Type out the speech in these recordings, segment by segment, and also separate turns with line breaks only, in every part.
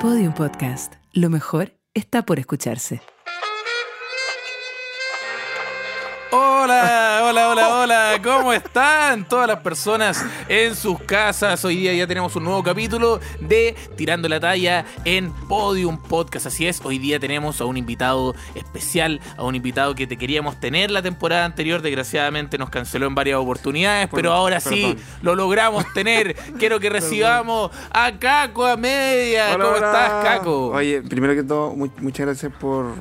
Podium Podcast. Lo mejor está por escucharse.
Hola, hola, hola,
Oh.
hola. ¿Cómo están todas las personas en sus casas? Hoy día ya tenemos un nuevo capítulo de Tirando la talla en Podium Podcast. Así es, hoy día tenemos a un invitado especial, a un invitado que te queríamos tener la temporada anterior. Desgraciadamente nos canceló en varias oportunidades, pero ahora sí
perdón.
lo logramos tener. Quiero que recibamos a Caco a media.
Hola,
¿Cómo
hola.
estás, Caco?
Oye, primero que todo, mu- muchas gracias por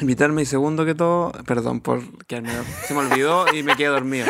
invitarme y segundo que todo, perdón por quedarme. Se me olvidó y me quedé dormido.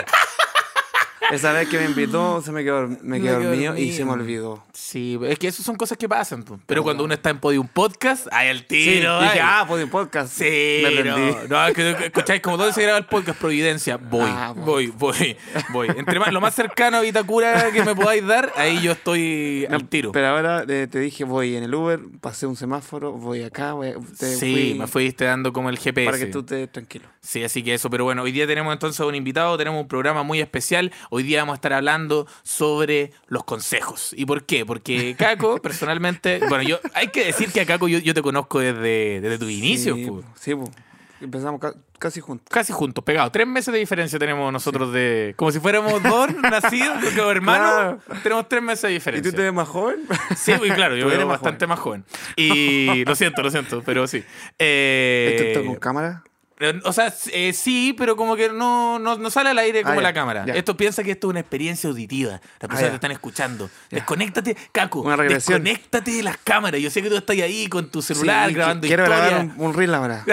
Esa vez que me invitó, se me quedó, me quedé
quedé
dormido y
dormido.
se me olvidó.
Sí, es que eso son cosas que pasan. po. Pero cuando uno está en Podium Podcast, hay el tiro. ay.
dije, ah, pues un podcast.
Sí,
me rendí.
no, no, es que escucháis como dónde se graba el podcast Providencia. Voy,
Ah, bueno.
voy, voy, voy. Entre más, lo más cercano a Vitacura que me podáis dar, ahí yo estoy al tiro.
Pero ahora eh, te dije, voy en el Uber, pasé un semáforo, voy acá, voy, te
sí,
fui
me fuiste dando como el GPS.
Para que tú te tranquilo.
Sí, así que eso, pero bueno, hoy día tenemos entonces a un invitado, tenemos un programa muy especial. Hoy día vamos a estar hablando sobre los consejos. ¿Y por qué? Porque Caco, personalmente, bueno, yo hay que decir que a Caco yo, yo te conozco desde, desde tu inicio. pues.
Sí,
po.
sí, po. empezamos ca- casi juntos.
Casi juntos, pegados. Tres meses de diferencia tenemos nosotros de. Como si fuéramos dos nacidos, como hermanos. Tenemos tres meses de
¿Y
diferencia.
tú te ves más joven?
Sí, y claro, yo
Tú
era
eres más
bastante más joven. Y lo siento, lo siento, pero sí. Eh,
¿Esto está con cámara?
eh, O sea, s- eh, sí, pero como que no, no, no sale al aire como
Ah, ya,
la cámara.
ya. Ah,
Esto piensa que esto es una experiencia auditiva. Las personas
ya.
te están escuchando. Desconéctate, Caco.
Una regresión.
Desconéctate de las cámaras. Yo sé que tú estás ahí con tu celular
Sí,
grabando
qui- Quiero
historia.
grabar un, un reel ahora.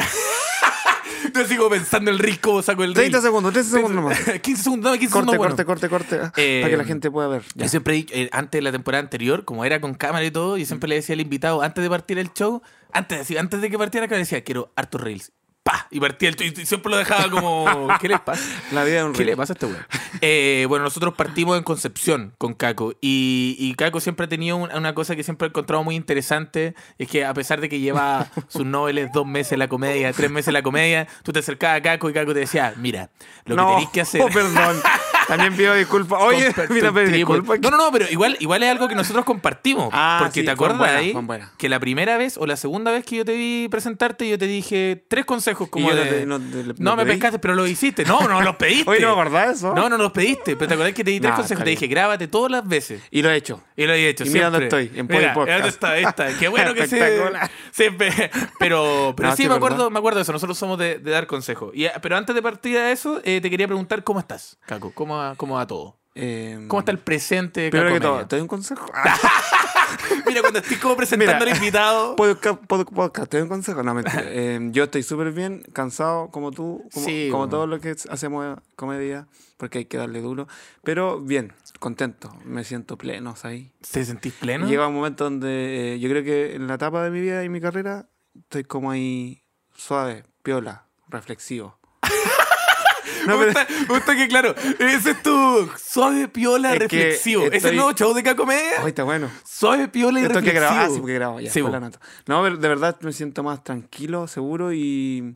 Yo sigo pensando el risco, saco el
30
reel.
segundos, 30 segundos nomás.
15 segundos, dame 15
Corte,
segundos. bueno.
corte, corte, corte,
Eh,
para que la gente pueda ver. Ya.
Yo siempre, he dicho, eh, antes de la temporada anterior, como era con cámara y todo, yo siempre le decía al invitado, antes de partir el show, antes de, antes de que partiera, que le decía, quiero hartos reels. ¡Pah! Y partía el show y siempre lo dejaba como, ¿qué les pasa?
La vida de un
¿Qué le
reel.
pasa a este weón? Eh, bueno, nosotros partimos en Concepción con Caco. Y, y Caco siempre ha tenido un- una cosa que siempre he encontrado muy interesante. Es que a pesar de que lleva sus noveles dos meses en la comedia, tres meses en la comedia, tú te acercabas a Caco y Caco te decía, mira, lo que tenés que hacer...
oh, perdón. También pido disculpas. Oye,
Comparto
mira,
un
pero
trípode.
disculpa.
No, no, no, pero igual, igual es algo que nosotros compartimos.
Ah,
porque
sí,
te
fue
acuerdas
buena,
ahí
fue buena.
que la primera vez o la segunda vez que yo te vi presentarte, yo te dije tres consejos como
yo no
de-
te- no te-
No
no
me
pedí.
pescaste, pero lo hiciste. No, no los pediste.
Oye, ¿no me acordás de eso?
No, no los pediste. Pero te acordás que te di tres
Nah,
consejos.
está
Te
bien.
dije, grábate todas las veces.
Y lo he hecho.
Y lo he hecho.
Y mira
siempre.
dónde estoy, en
Mira,
Podium
ahora
Podcast.
está, ahí está. Qué bueno que se.
Espectacular.
Siempre. Pero, pero
No,
sí,
sí,
me
verdad.
acuerdo, me acuerdo de eso. Nosotros somos de, de dar consejos. Y, eh, pero antes de partir a eso, eh, te quería preguntar cómo estás, Caco. ¿Cómo va, cómo va todo?
Eh,
¿Cómo está el presente de
Primero que
Caco
todo,
Media?
te doy un consejo.
Mira, cuando estoy como presentando al
Mira. Pues,
invitado.
Podcast, podcast, podcast, te doy un consejo. No, mentira. Eh, yo estoy súper bien, cansado, como tú, como,
Sí,
como
bueno.
todo lo que hacemos eh, comedia, porque hay que darle duro. Pero bien, contento, me siento pleno, ahí.
¿Te sentís pleno?
Llega un momento donde eh, yo creo que en la etapa de mi vida y mi carrera estoy como ahí suave, piola, reflexivo. No,
me,
pero-
gusta, me gusta que, claro, ese es tu suave piola
Es que
reflexivo. Es el
estoy-
nuevo show de Caco Media.
Ay, está bueno.
Suave piola y
Esto que
reflexivo.
grababa, ah, sí, porque grabo, ya,
Sí,
fue
bo.
la nota. No, pero de verdad me siento más tranquilo, seguro y,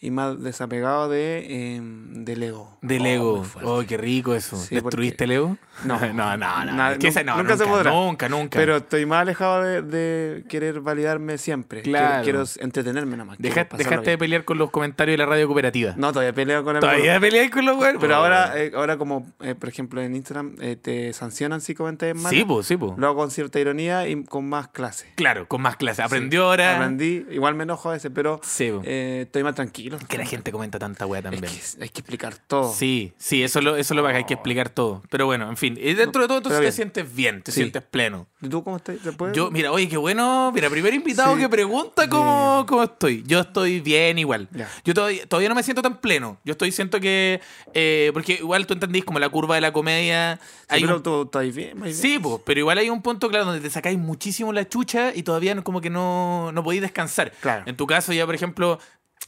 y más desapegado de, eh, del ego.
Del
Oh,
ego.
muy fuerte.
Oh, qué rico eso.
Sí,
¿Destruiste
porque-
el ego?
No.
no, no. no.
Nada,
Es que ese- no,
nunca se podrá.
Nunca, nunca.
Pero estoy más alejado de, de querer validarme siempre. Quiero-
Claro.
Quiero, entretenerme nomás. quiero
Deja-
pasarlo
dejaste de
bien.
pelear con los comentarios de la radio cooperativa.
No, todavía peleo con el
Todavía oh. peleáis con los güeyes.
Pero ahora, eh, ahora como eh, por ejemplo en Instagram eh, te sancionan si comentas mal.
Sí, pues, sí, pues.
Lo hago con cierta ironía y con más clase.
Claro, con más clase. Aprendió
Sí,
ahora.
Aprendí. Igual me enojo a veces, pero
Sí, po.
eh, estoy más tranquilo.
Que la gente comenta tanta wea
Es
también.
que hay que explicar todo.
Sí, sí, eso lo, eso lo que hay que explicar todo. Pero bueno, en fin. Y dentro de todo, entonces
Pero
te
bien.
sientes bien, te
Sí.
sientes pleno.
¿Y tú cómo estás? después?
Yo, mira, oye, qué bueno. Mira, primer invitado
Sí.
que pregunta cómo, cómo estoy. Yo estoy bien igual.
Ya.
Yo todavía, todavía no me siento tan pleno. Yo estoy, siento que. eh, porque igual tú entendís como la curva de la comedia. hay
pero
un-
tú estás bien, más bien.
Sí, po, pero igual hay un punto, claro, donde te sacáis muchísimo la chucha y todavía no- como que no, no podéis descansar.
Claro.
En tu caso, ya, por ejemplo,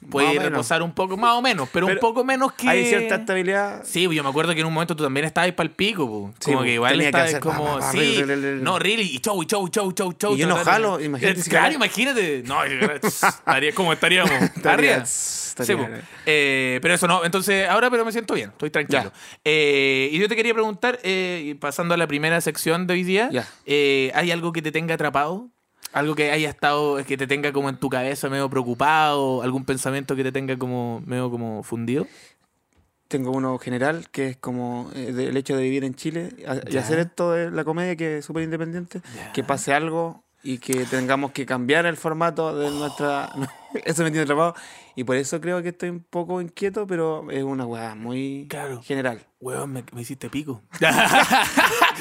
Más
podéis
o menos.
reposar un poco, más o menos, pero, un
Pero
poco menos que.
Hay cierta estabilidad.
Sí, pues, yo me acuerdo que en un momento tú también estabas para el pico, pues.
Sí,
como
pues,
que igual
tenía que
estabas
hacer pa,
como.
pa, pa,
sí,
reel, reel, reel.
no, really, y chau, y chau, chau, chau, chau.
Y yo no
tratar de-
jalo, imagínate si
Claro,
jalo.
imagínate. No, eh, estaría, ¿cómo estaríamos?
Estaría-
Arriba.
estaría-
Sí, pues. Eh, pero eso no, entonces ahora pero me siento bien, estoy tranquilo.
Ya.
Eh, y yo te quería preguntar, eh, y pasando a la primera sección de hoy día,
Ya.
eh, ¿hay algo que te tenga atrapado? Algo que haya estado, eh, que te tenga como en tu cabeza medio preocupado, algún pensamiento que te tenga como medio como fundido.
Tengo uno general que es como eh, de- el hecho de vivir en Chile a- y
Ya.
hacer esto de la comedia que es súper independiente,
Ya.
que pase algo y que tengamos que cambiar el formato de nuestra... eso me tiene atrapado y por eso creo que estoy un poco inquieto, pero es una weá muy
Claro.
general.
Weón, me, me hiciste pico.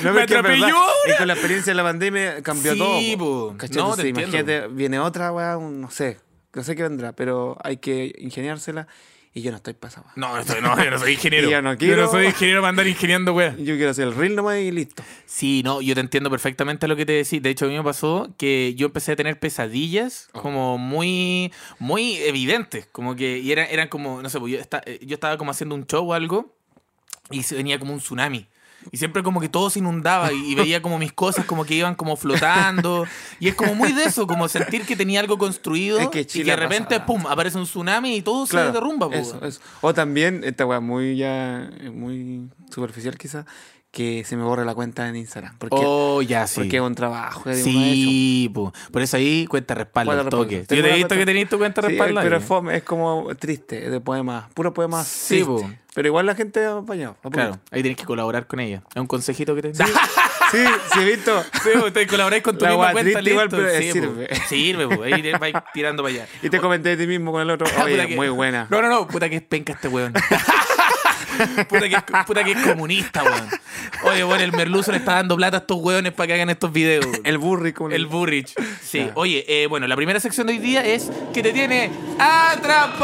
No,
me
es que es
atropelló
verdad,
ahora.
Y con la experiencia de la pandemia cambió
Sí,
todo.
po.
¿Cachai?
No,
Entonces,
te entiendo.
imagínate, viene otra weá, un- no sé, no sé qué vendrá, pero hay que ingeniársela y yo no estoy pasado.
No, no, soy- no, yo no soy ingeniero.
Y yo
yo
no
no
quiero.
soy ingeniero para andar ingeniando, weón.
Yo quiero hacer el reel nomás y listo.
Sí, no, yo te entiendo perfectamente lo que te decís. De hecho, a mí me pasó que yo empecé a tener pesadillas
Oh.
como muy, muy evidentes. Como que, y eran, eran como, no sé, pues yo, esta- eh, yo estaba como haciendo un show o algo y se venía como un tsunami. Y siempre como que todo se inundaba y, y veía como mis cosas como que iban como flotando. Y es como muy de eso, como sentir que tenía algo construido
Es que
y
Chile
que de
ha
repente,
pasado.
pum, aparece un tsunami y todo
Claro,
se derrumba. po,
eso,
weón.
eso. O también, esta weá muy ya, eh, muy superficial quizá, que se me borre la cuenta en Instagram. Porque,
Oh, ya, sí.
porque es un trabajo. que uno ha hecho.
Sí, po. por eso ahí cuenta respaldo
Cuenta
al
respaldo.
toque. Yo
Tengo
te
una
he visto
cuenta-
que tenías tu cuenta eh.
Sí,
respaldo.
pero
ahí.
es, fome, es como triste, es de poemas, puro poemas.
Sí,
tristes.
po.
Pero igual la gente ha apañado. ha
Claro,
apañado.
ahí tenés que colaborar con ella. Es un consejito que te. Sí,
Sí, sí, he visto.
te colaboráis con tu
La
misma
guay
cuenta,
triste igual,
listo.
pero
sí,
sirve.
po. Sirve, po. ahí te vais tirando para allá.
Y te comenté de ti mismo con el otro.
Ah,
Oye,
puta que-
muy buena.
No, no, no, puta que es penca este weón. puta, que, es- puta que es comunista, weón. Oye, bueno, el Merluzo le está dando plata a estos weones para que hagan estos videos. weón.
El burri como
El Burrich. Sí.
Claro.
Oye, eh, bueno, la primera sección de hoy día es que te tiene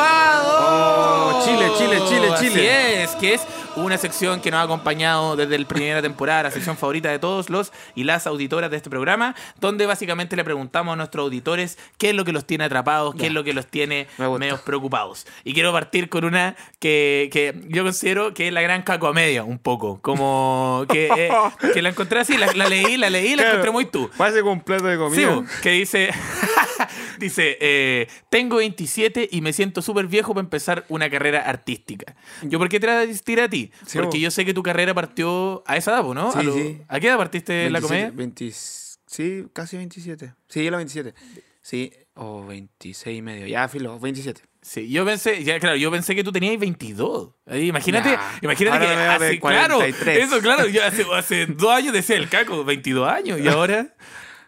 atrapado.
Oh, Chile, Chile, Chile, Chile.
Así es, que es una sección que nos ha acompañado desde la primera temporada, la sección favorita de todos los y las auditoras de este programa, donde básicamente le preguntamos a nuestros auditores qué es lo que los tiene atrapados, qué es lo que los tiene
Me gusta.
medio preocupados. Y quiero partir con una que, que yo considero que es la gran cacomedia, un poco. Como que, eh, que la encontré así, la, la leí, la leí, la
Claro.
encontré muy tú.
Parece con un plato de
Sí,
comida.
bo, que dice, dice, eh, tengo 27 y me siento súper viejo para empezar una carrera artística. ¿Yo por qué te la tiré a ti?
Sí,
Porque
bo.
yo sé que tu carrera partió a esa edad, bo, ¿no?
Sí,
a, lo-
sí.
¿A qué edad partiste en Eh, la
27,
comedia?
20 sí, casi 27. Sí, era 27. Sí, o 26 y medio. Ya, filo, 27.
Sí, yo pensé, ya claro, yo pensé que tú tenías 22. Ahí, imagínate,
Nah,
imagínate
ahora
que
me veo de
hace, claro,
43.
eso claro, yo hace, hace dos años decía el caco, 22 años y ahora,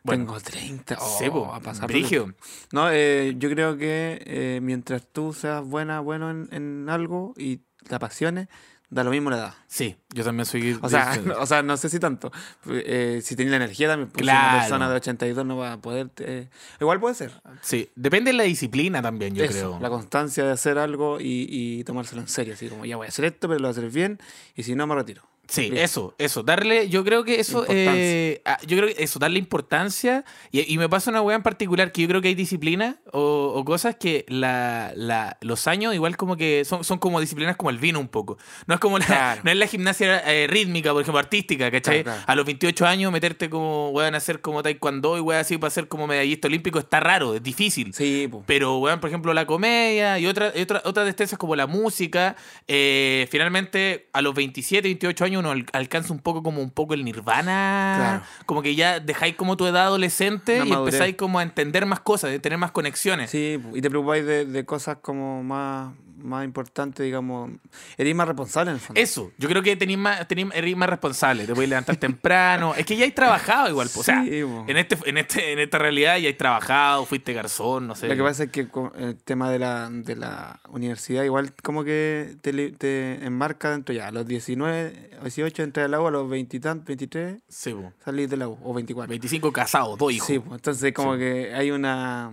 bueno,
Tengo 30. Oh,
sí, bo,
va a pasar
brigio.
porque- No, eh, yo creo que eh, mientras tú seas buena, bueno en, en algo y te apasiones, da lo mismo la edad.
Sí, yo también soy.
O sea, no, o sea, no sé si tanto. Eh, si tenés la energía también, porque
Claro.
una persona de 82 no va a poder... eh, igual puede ser.
Sí, depende de la disciplina también, yo
Eso,
creo.
La constancia de hacer algo y, y tomárselo en serio. Así como, ya voy a hacer esto, pero lo voy a hacer bien. Y si no, me retiro.
Sí,
Listo.
eso, eso. Darle, yo creo que eso,
Importancia.
eh, ah, yo creo que eso, darle importancia. Y, y me pasa una weá en particular que yo creo que hay disciplinas o, o cosas que la, la- los años igual como que son, son como disciplinas como el vino un poco. No es como la,
Claro.
no es la gimnasia eh, rítmica, por ejemplo, artística, ¿cachai?
Claro, claro.
A los 28 años meterte como, weón, a hacer como taekwondo y weón así para ser como medallista olímpico está raro, es difícil.
Sí, po.
Pero, weón, por ejemplo, la comedia y otras otra, otras destrezas como la música. eh, finalmente, a los 27, 28 años uno al- alcanza un poco como un poco el nirvana. Como que ya dejáis como tu edad adolescente
Una
y
madurez.
empezáis como a entender más cosas, de tener más conexiones.
Sí, po. y te preocupáis de, de cosas como más, más importantes, digamos. Eres más responsable en el fondo.
Eso, yo creo que tenéis más, tenís- eres más responsable, te podéis levantar temprano. Es que ya hay trabajado igual, po. o sea,
Sí, po.
en, este, en, este, en esta realidad ya hay trabajado, fuiste garzón, no sé.
Lo que pasa es que con el tema de la, de la universidad, igual como que te, li- te enmarca dentro ya. A los 19, 18 entras a la U, a los 20 y tantos, 23
Sí, po.
salís de la U, o 24.
25 casados, dos hijos.
Sí, pues, entonces como que hay una...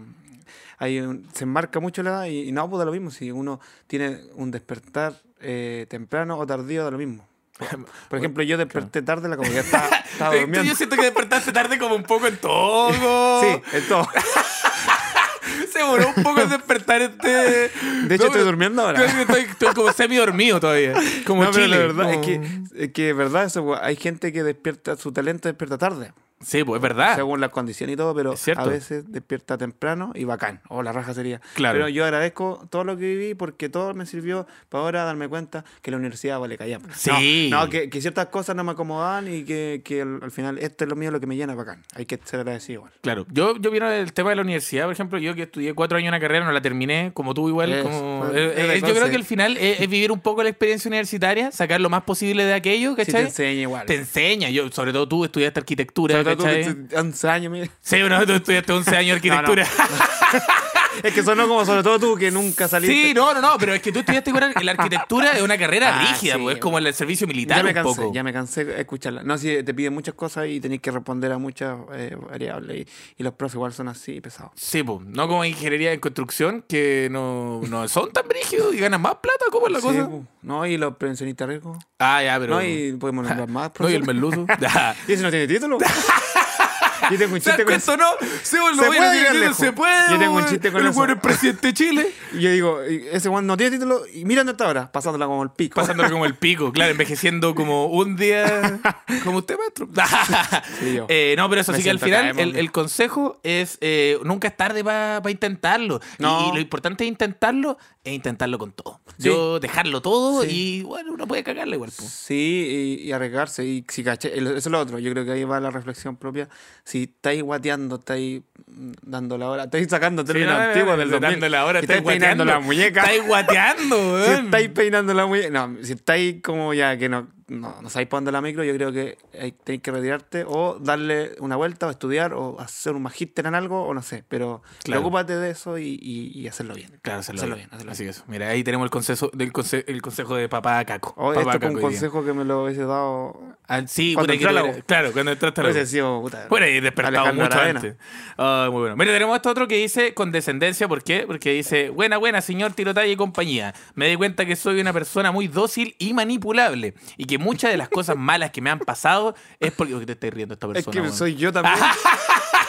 Hay un- se enmarca mucho la edad y, y no, pues da lo mismo. Si uno tiene un despertar eh, temprano o tardío, da lo mismo. Por ejemplo, yo desperté tarde, la comunidad estaba, estaba
Eh, tú,
durmiendo.
Yo siento que despertaste tarde como un poco en todo.
Sí, es todo.
Se voló un poco en despertar este.
De hecho, estoy durmiendo ahora.
Creo que estoy, estoy como semi dormido todavía. Como
No, pero
Chile.
la verdad
como-
es que, es que de verdad eso, pues, hay gente que despierta, su talento despierta tarde.
Sí, pues es verdad.
según las condiciones y todo, pero
Es cierto.
a veces despierta temprano y bacán, o la raja sería.
Claro.
Pero yo agradezco todo lo que viví porque todo me sirvió para ahora darme cuenta que la universidad vale callar.
Sí.
No, no, que, que ciertas cosas no me acomodan y que, que al, al final esto es lo mío, lo que me llena, bacán. Hay que ser agradecido igual.
Claro, yo, yo vieron el tema de la universidad, por ejemplo, yo que estudié cuatro años una carrera, no la terminé, como tú igual.
Es,
como,
fue-
eh,
era
eh, yo creo
entonces-
que el final es, es vivir un poco la experiencia universitaria, sacar lo más posible de aquello,
Sí, te
¿cachai?
enseña igual.
te enseña, yo, sobre todo tú estudiaste arquitectura,
Sobre todo tú que
¿cachai?
te- 11 años, mira.
Sí, bueno, tú estudiaste 11 años de
No, no.
arquitectura.
Es que sonó como sobre todo tú que nunca saliste.
sí, no, no, no, pero es que tú estudiaste igual la arquitectura es una carrera
Ah,
rígida,
sí,
pues, es como el servicio militar
Ya me
un
cansé,
poco.
ya me cansé de escucharla. No, si te piden muchas cosas y tenés que responder a muchas eh, variables y, y los profes igual son así pesados.
Sí, pues, no como ingeniería en construcción que no, no son tan brígidos y ganan más plata, ¿cómo es la
Sí,
cosa?
pu. No, y los pensionistas ricos.
Ah, ya, pero.
No, y podemos nombrar más.
No, y el
profesores.
merluzo. Ya.
¿Y ese no tiene título? Yo tengo un
¿Sabes
chiste con
cuánto no? Se
Se
vuelve
puede
a
llegar
ir
lejos.
se puede.
Yo tengo un
weón.
chiste con
El
eso.
weón es presidente de Chile.
Y yo digo, y ese Juan no tiene título y mira dónde está ahora, pasándola como el pico.
Pasándolo como el pico, claro, envejeciendo como un día. Como usted, maestro.
Sí, yo.
Eh, no, pero eso
Me
sí que al
siento
final
acá,
el,
Emily.
el consejo es eh, nunca es tarde para intentarlo. Y-
No.
Y, lo importante es intentarlo e intentarlo con todo.
Sí.
Yo dejarlo todo
Sí.
y bueno, uno puede cagarle igual. po.
Sí, y, y arriesgarse. Y si caché, el- eso es lo otro. Yo creo que ahí va la reflexión propia. Si estáis guateando, estáis mm, dando la hora, estáis sacando términos antiguos del 2000.
Dando eh, la hora,
si estáis peinando la muñeca.
Estáis guateando,
Si
weón.
estáis peinando la muñeca. No, si estáis como ya que no, no, no sabéis para dónde la micro, yo creo que hay- tenéis que retirarte o darle una vuelta o estudiar o hacer un magíster en algo o no sé. Pero
Claro.
preocúpate de eso y, y- y hacerlo bien.
Claro, hacerlo,
Hacerlo
bien.
bien, hacerlo
Así que eso. Mira, ahí tenemos el consejo, del conse- el consejo de papá Caco.
Oh,
Papá
esto fue un
Caco hoy día.
consejo que me lo hubiese dado.
Ah, sí, puta,
Cuando
que
entró a la
tuviera-
U. Pues
claro, cuando entraste a la U.
Hubiese sido, puta,
Bueno, y despertado
Alejandro
mucho
Aravena.
antes. Ah, muy bueno. Mira, tenemos esto otro que dice condescendencia. ¿Por qué? Porque dice, buena, buena, señor Tirotaya y compañía. Me di cuenta que soy una persona muy dócil y manipulable. Y que muchas de las cosas malas que me han pasado es porque... ¿Por qué te estás riendo esta
Es
persona?
que
weón?
soy yo también.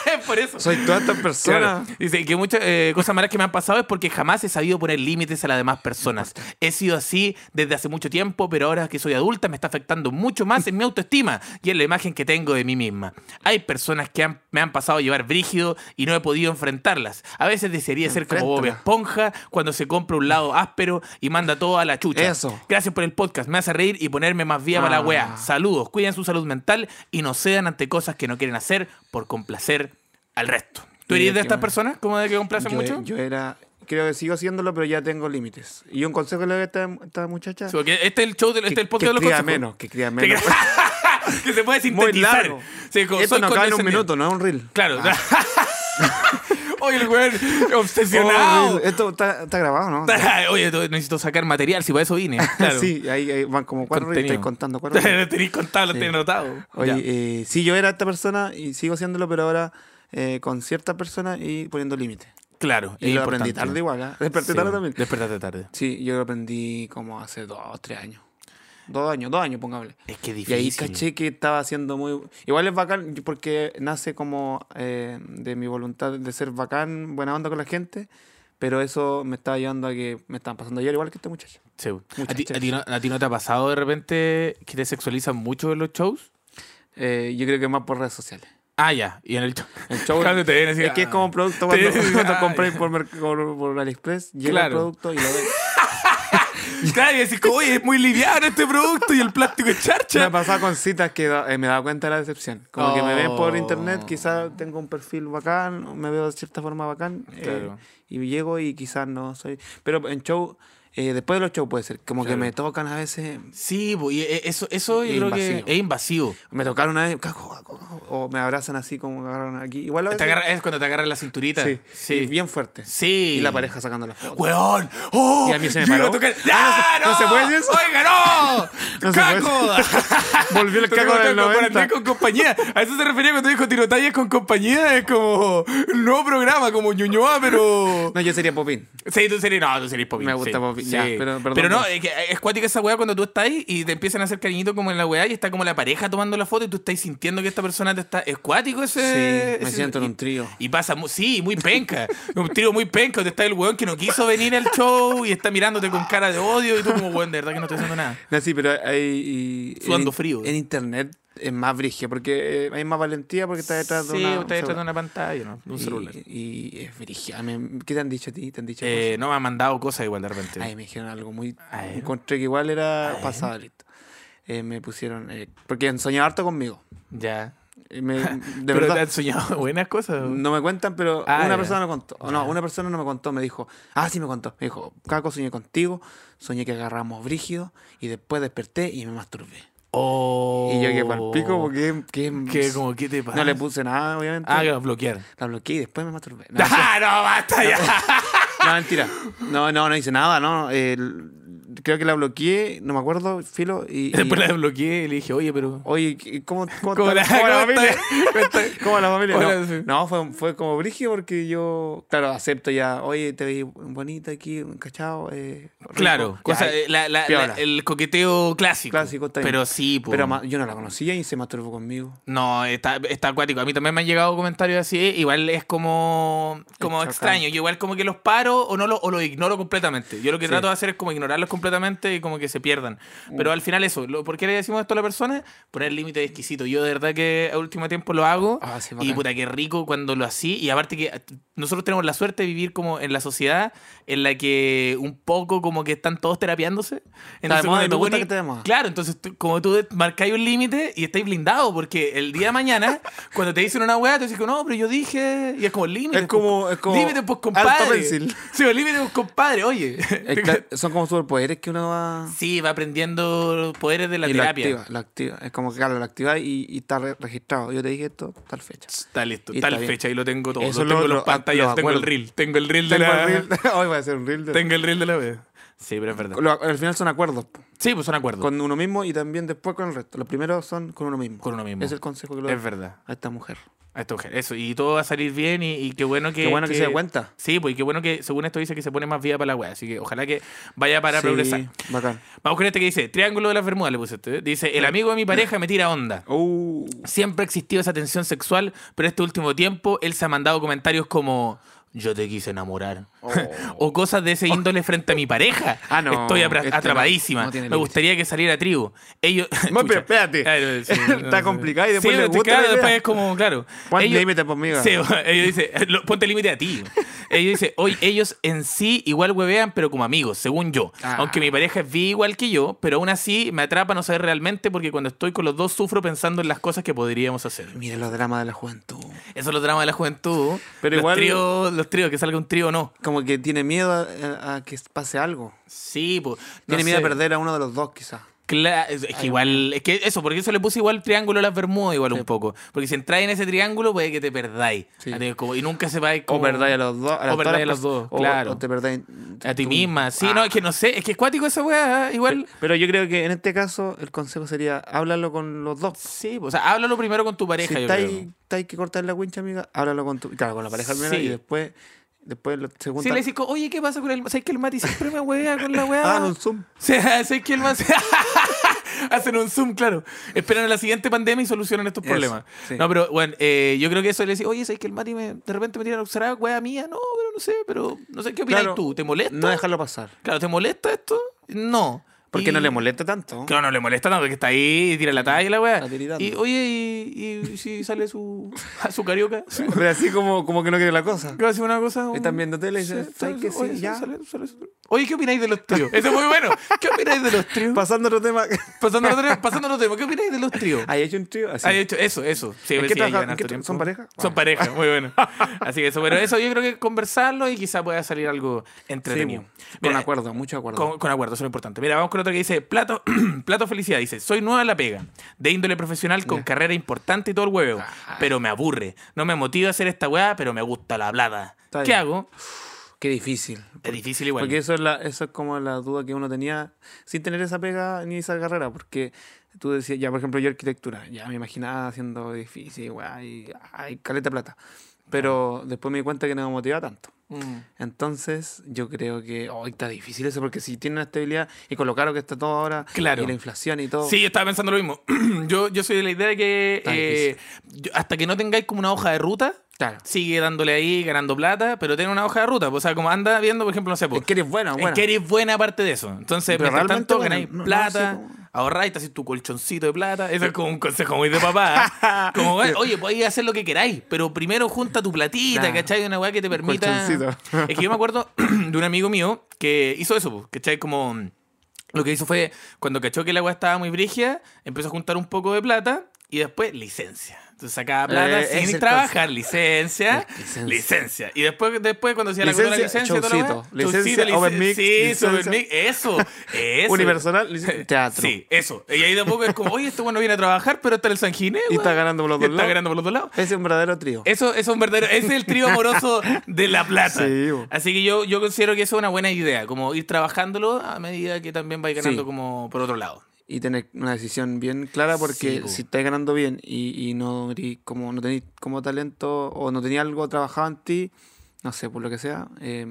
Es por eso.
soy todas estas
Claro.
personas.
Dice que muchas eh, cosas malas que me han pasado es porque jamás he sabido poner límites a las demás personas. He sido así desde hace mucho tiempo, pero ahora que soy adulta me está afectando mucho más en mi autoestima y en la imagen que tengo de mí misma. Hay personas que han- me han pasado a llevar brígido y no he podido enfrentarlas. A veces desearía ser como Bob
Enfréntala.
Esponja cuando se compra un lado áspero y manda todo a la chucha.
Eso.
Gracias por el podcast, me hace reír y ponerme más vía para la
Ah.
wea. Saludos, cuiden su salud mental y no cedan ante cosas que no quieren hacer por complacer al resto. ¿Tú
Mira
eres de
qué
estas
bueno.
personas como de que complacen
Yo- eh,
mucho?
Yo era. Creo que sigo haciéndolo, pero ya tengo límites. Y un consejo que le doy a esta, esta muchacha.
Sí, porque este es el show, de, este es el
que
podcast de los
cría
consejos.
menos, que cría
Que-
menos.
que se puede
Muy
sintetizar.
largo.
Sí, como
Esto
soy
no acaba en un
condescendiente.
minuto, Ah. no es un reel.
Claro.
Ah.
Oye, el weón
Oh,
obsesionado.
reel. Oh, Esto está, está grabado, ¿no?
Oye, to- necesito sacar material, si para eso vine. Claro.
Sí, ahí, ahí van como cuatro reels,
Contenido.
estoy contando cuatro reels.
Lo tenéis contado, lo tenéis notado. Ya.
Oye, eh, sí, yo era esta persona y sigo haciéndolo, pero ahora eh, con cierta persona y poniendo límites.
claro.
Y
es
lo
importante.
aprendí tarde igual, ¿eh?
Sí,
Desperté tarde
bueno,
también.
Despertate tarde.
Sí, yo lo aprendí como hace dos o tres años. Dos años, dos años, pongámosle.
Es que es
Y
difícil.
ahí caché que estaba haciendo muy... Igual es bacán porque nace como eh, de mi voluntad de ser bacán, buena onda con la gente, pero eso me estaba llevando a que me estaban pasando ayer igual que este muchacho.
Sí. ¿A,
Muchas
ti, a ti
gracias.
no, a ti no te ha pasado de repente que te sexualizan mucho en los shows?
Eh, yo creo que más por redes sociales.
Ah, ya. Y en el show.
El show
Claro, te vienen así,
es que es
ah.
como un producto
Te
cuando,
vienen-
cuando
ah,
compré
ya.
por, Merc- por, por AliExpress, llega
Claro.
el producto y lo ven.
Claro, y decís, como, oye, es muy liviano este producto y el plástico es
Me ha
charcha.
pasado con citas que da- eh, me daba cuenta de la decepción. Como que me ven por
Oh.
internet, quizás tengo un perfil bacán, o me veo de cierta forma bacán, eh,
Claro.
y llego y quizás no soy. Pero en show, eh, después de los shows puede ser, como que me tocan a veces,
Sí, po, y e- eso, eso yo
Es
creo
invasivo.
que es invasivo.
me tocaron una vez, caco, caco, caco, o me abrazan así como me agarran aquí. Igual a
Te
veces,
agarra- es cuando te agarran la cinturita.
sí,
Sí.
y bien fuerte.
Sí.
Y la pareja sacando la foto.
¡Weón! ¡Oh!
Y a mí se me
yo iba
paró.
a tocar-
Ah,
¡Ya, no!
no se- no se puede decir eso.
¡Oiga, no!
No se
¡Caco!
Volvió el
Toquemos
caco del
con
90.
Andrés con compañía. A eso se refería cuando dijo tirotallas con compañía. Es como el nuevo programa, como Ñuñoa, pero...
No, yo sería Popín.
Sí, tú serías, no, tú serías Popín.
Me gusta
sí,
Popín,
sí.
ya, pero- perdón,
no,
no.
es, que eh, es cuática esa weá cuando tú estás ahí y te empiezan a hacer cariñito como en la weá y está como la pareja tomando la foto y tú estás sintiendo que esta persona te está. Es cuático ese.
Sí, me
ese-
siento en
y-
un trío.
Y pasa, mu- sí, muy penca. un trío muy penca donde está el weón que no quiso venir al show y está mirándote con cara de odio y tú como weón, de verdad que no estoy haciendo nada.
No, sí, pero hay. y-
Sudando
en-
frío. eh.
En internet es más brigia, porque eh, hay más valentía porque está detrás de
sí,
una, un
está detrás de
celular.
una pantalla, ¿no? De un
Y-
celular.
Y, es brigia. Me- ¿Qué te han dicho a ti? ¿Te han dicho
Eh, no me han mandado cosas igual de repente.
cosas? Ay, me dijeron algo muy...
A ver.
Encontré que igual era
ver.
pasado listo. Eh, me pusieron... eh, porque han soñado harto conmigo.
Ya.
Eh, me- de
Pero te
verdad,
han soñado buenas cosas.
no me cuentan, pero
Ah,
una
ya.
persona me contó. O No, una persona no me contó, me dijo... Ah, sí me contó. Me dijo, Caco, soñé contigo, soñé que agarramos brígido y después desperté y me masturbé.
Oh.
Y yo quedé pa'l pico porque... que-
Que como, ¿qué te pasa?
No le puse nada, obviamente.
Ah, que bloquear.
La bloqueé y después me masturbé. No,
¡Ah, no, basta ya!
No, mentira. No, no, no hice nada, no. El- creo que la bloqueé, no me acuerdo, filo. Y, y-
Después la desbloqueé y le dije, oye, pero...
Oye, ¿qué- ¿cómo, cómo,
¿Cómo
está-
la-
cómo
cómo
familia?
está- cómo está?
¿Cómo la familia?
Hola, sí.
No, no, fue, fue como brígido porque yo, claro, acepto ya. Oye, te vi bonita aquí, cachado. Eh, rico.
Claro,
Ya,
cosa, eh,
ahí,
la- la-
piola.
la- el coqueteo clásico.
Clásico, está bien.
Pero sí, pues. po.
Pero ma- yo no la conocía y se masturbó conmigo.
No, está, está acuático. A mí también me han llegado comentarios así. eh, Igual es como, como
Chacán.
extraño. Yo igual como que los paro o no lo, o los ignoro completamente. Yo lo que
Sí. Mm.
trato de hacer es como ignorarlos completamente y como que se pierdan. Pero al final eso, lo- ¿por qué le decimos esto a la persona? Poner el límite exquisito. Yo de verdad que a último tiempo lo hago.
Ah, sí, bacán.
y puta, qué rico cuando lo así. Y aparte que eh, nosotros tenemos la suerte de vivir como en la sociedad en la que un poco como que están todos terapiándose. Entonces,
de moda
cuando
y me
tú
gusta
venís-
que esté de moda.
Claro, entonces tú- como tú marcáis un límite y estáis blindados, porque el día de mañana, cuando te dicen una weá, te dicen, no, pero yo dije, y es como límite.
Es como-
pues,
es como
Límite, pues,
alto
compadre.
pencil.
Sí, pues, límite, pues, compadre, oye.
Es que son como superpoderes que uno va.
sí, va aprendiendo los poderes de la
y
terapia.
lo activa, lo activa. Es como que, claro, lo activa y, y está re- registrado. Yo te dije esto, tal fecha.
Está listo,
Y
tal
está bien.
fecha, ahí lo tengo todo. lo
Eso lo
tengo
otro, ah,
los pantallas,
los
tengo el
acuerdos.
reel, tengo el reel de
Tengo
la...
el reel. Hoy va a ser un reel de-
Tengo el reel de la wea. Sí, pero es verdad.
Lo- al final son acuerdos po,
Sí, pues son acuerdos.
con uno mismo y también después con el resto. Los primeros son con uno mismo.
Con uno mismo.
Es el consejo que le doy
Es verdad.
a esta mujer.
A esta mujer. Eso, y todo va a salir bien y, y qué bueno que...
Qué bueno que se dé cuenta.
Sí, pues y qué bueno que según esto dice que se pone más vida para la wea, así que ojalá que vaya para
Sí,
progresar.
Bacán.
Vamos con este que dice, Triángulo de las Bermudas le puse este, ¿eh? Dice, el amigo de mi pareja me tira onda.
Uh,
Siempre ha existido esa tensión sexual, pero este último tiempo él se ha mandado comentarios como, yo te quise enamorar.
Oh.
o cosas de ese índole frente a mi pareja.
Ah, no,
Estoy apra-
este no,
atrapadísima.
no tiene
me
límite.
gustaría que saliera tribu. Ellos...
No,
Chucha.
pero espérate.
Claro, sí, no
Está
sé.
complicado y después
Sí, pero
le gusta la
claro,
idea.
después es como, claro.
Pon
Ellos-
límite, pues, amiga.
Sí, bueno, ellos dicen, lo- ponte límite a ti. Ellos dicen, hoy ellos en sí igual huevean, pero como amigos, según yo.
Ah.
Aunque mi pareja es bi igual que yo, pero aún así me atrapa no saber realmente porque cuando estoy con los dos sufro pensando en las cosas que podríamos hacer.
Mira los dramas de la juventud.
Eso es lo drama de la juventud.
Pero
los
igual-
Tríos, los tríos, que salga un trío o no.
Como que tiene miedo a, a que pase algo.
Sí, pues. no
Tiene miedo
sé.
a perder a uno de los dos, quizás.
Cla- es es que igual, es que eso, porque eso le puse igual triángulo a las Bermudas, igual un poco. Porque si entráis en ese triángulo, puede que te perdáis.
Sí.
Ah, te- como- y nunca sepáis
O
cómo.
perdáis a los dos.
o
las
perdáis
todas
a los
las
dos,
pers- o-
claro.
O te perdáis.
A ti
tú.
misma, sí,
Ah.
no, es que no sé, es que es cuático esa weá, ¿eh? igual.
Pero yo creo que en este caso el consejo sería háblalo con los dos.
Sí, pues, o sea, háblalo primero con tu pareja,
si
yo
estáis,
creo.
estáis que cortar la wincha, amiga, háblalo con tu. Claro, con la pareja primero
Sí.
y después. Después lo- se
Sí,
juntan.
le decís, co- oye, ¿qué pasa con el ¿Sabes que el Mati siempre me weá con la weá?
Ah, con Zoom.
O sea, ¿sabes que el Mati. Hacen un Zoom, claro. Esperan a la siguiente pandemia y solucionan estos
Eso,
problemas.
sí.
No, pero bueno, eh, yo creo que eso le decís, oye, ¿sabes que el Mati me, de repente me tira la será weá mía? No, pero no sé, pero no sé, ¿qué opinas
Claro,
tú? ¿Te molesta?
No dejarlo pasar.
Claro, ¿te molesta esto? No.
Porque no
Y-
le molesta tanto.
Claro, no le molesta tanto que está ahí y tira la talla y la weá.
Está tiritando.
Y oye, y, y si sale su, a su carioca. Su-
Pero así como, como que no quiere la cosa.
que hace una cosa. un-
Están viendo tele y dicen,
Sí,
"¿Sabes qué? Sí,
oye,
ya".
sale- sale su- Oye, ¿qué opináis de los tríos? Eso es muy bueno. ¿Qué opináis de los tríos?
Pasando a otro tema.
Pasando a otro tema, pasando a otro tema, ¿qué opináis de los tríos?
¿Hay hecho un trío? Así.
Ah, de hecho, eso, eso. Sí,
¿En
sí,
qué
ahí
trabaja-
ganan
en qué
harto
tra-
tiempo.
son pareja? Ah.
Son
Bueno.
pareja, muy bueno. Así que eso, bueno, eso yo creo que conversarlo y quizá pueda salir algo entretenido.
Sí, pues. con
Mira,
acuerdo, mucho acuerdo.
Con, con acuerdo, eso es lo importante. Mira, vamos con otro que dice, plato, plato felicidad, dice, soy nueva en la pega, de índole profesional, con carrera importante y todo el huevo, pero me aburre, no me motiva a hacer esta weá, pero me gusta la hablada.
Está
¿Qué
bien.
hago?
Qué difícil.
Es difícil igual.
Porque eso es, la, eso es como la duda que uno tenía sin tener esa pega ni esa carrera, porque tú decías, ya por ejemplo yo arquitectura, ya me imaginaba haciendo edificios, guay, ay, caleta de plata, pero después me di cuenta que no me motivaba tanto.
Mm.
Entonces yo creo que hoy está difícil eso, porque si tiene una estabilidad y con lo caro que está todo ahora,
Claro.
y la inflación y todo,
Sí, yo estaba pensando lo mismo. yo, yo soy de la idea de que
Está
eh, yo- hasta que no tengáis como una hoja de ruta,
claro.
sigue dándole ahí, ganando plata, pero tiene una hoja de ruta. pues, O sea, como anda viendo, por ejemplo, no sé, pues, po,
Es que eres bueno,
es
bueno.
que eres buena aparte de eso. Entonces,
Pero
mientras
realmente
tanto,
buena,
ganáis
no- no
plata,
sé cómo.
ahorráis, te haces tu colchoncito de plata. Eso es como un consejo muy de papá. ¿eh? Como, weón, oye, podéis hacer lo que queráis, pero primero junta tu platita,
Claro.
¿cachai? Una weá que te permita.
colchoncito.
Es que yo me acuerdo de un amigo mío que hizo eso, po, ¿cachai? Como. mm, Lo que hizo fue, cuando cachó que la weá estaba muy brigia, empezó a juntar un poco de plata y después licencia. Entonces sacaba plata
Eh, es
sin
el
trabajar, licencia, licencia,
Licencia.
Y después, después cuando hacía la
Licencia,
cuota de la licencia, toda la
showcito.
weá,
Licencia,
showcito,
open mic,
sí,
licencia.
open mic, eso, eso.
Universal, lic- teatro.
Sí, eso. Y ahí tampoco es como, oye, este bueno viene a trabajar, pero está en el San Ginés,
Y está
weón.
ganando por los
Y
dos
está
lados.
ganando por los dos lados.
Ese es un verdadero trío.
Eso, eso es un verdadero, ese es el trío amoroso de La Plata.
Sí, bo.
Así que yo, yo considero que eso es una buena idea, como ir trabajándolo a medida que también vais ganando
Sí.
como por otro lado.
Y tener una decisión bien clara
Sí,
porque
po.
si estás ganando bien y, y no, erí como, no tenés como talento o no tenías algo trabajado en ti, no sé, por lo que sea, eh,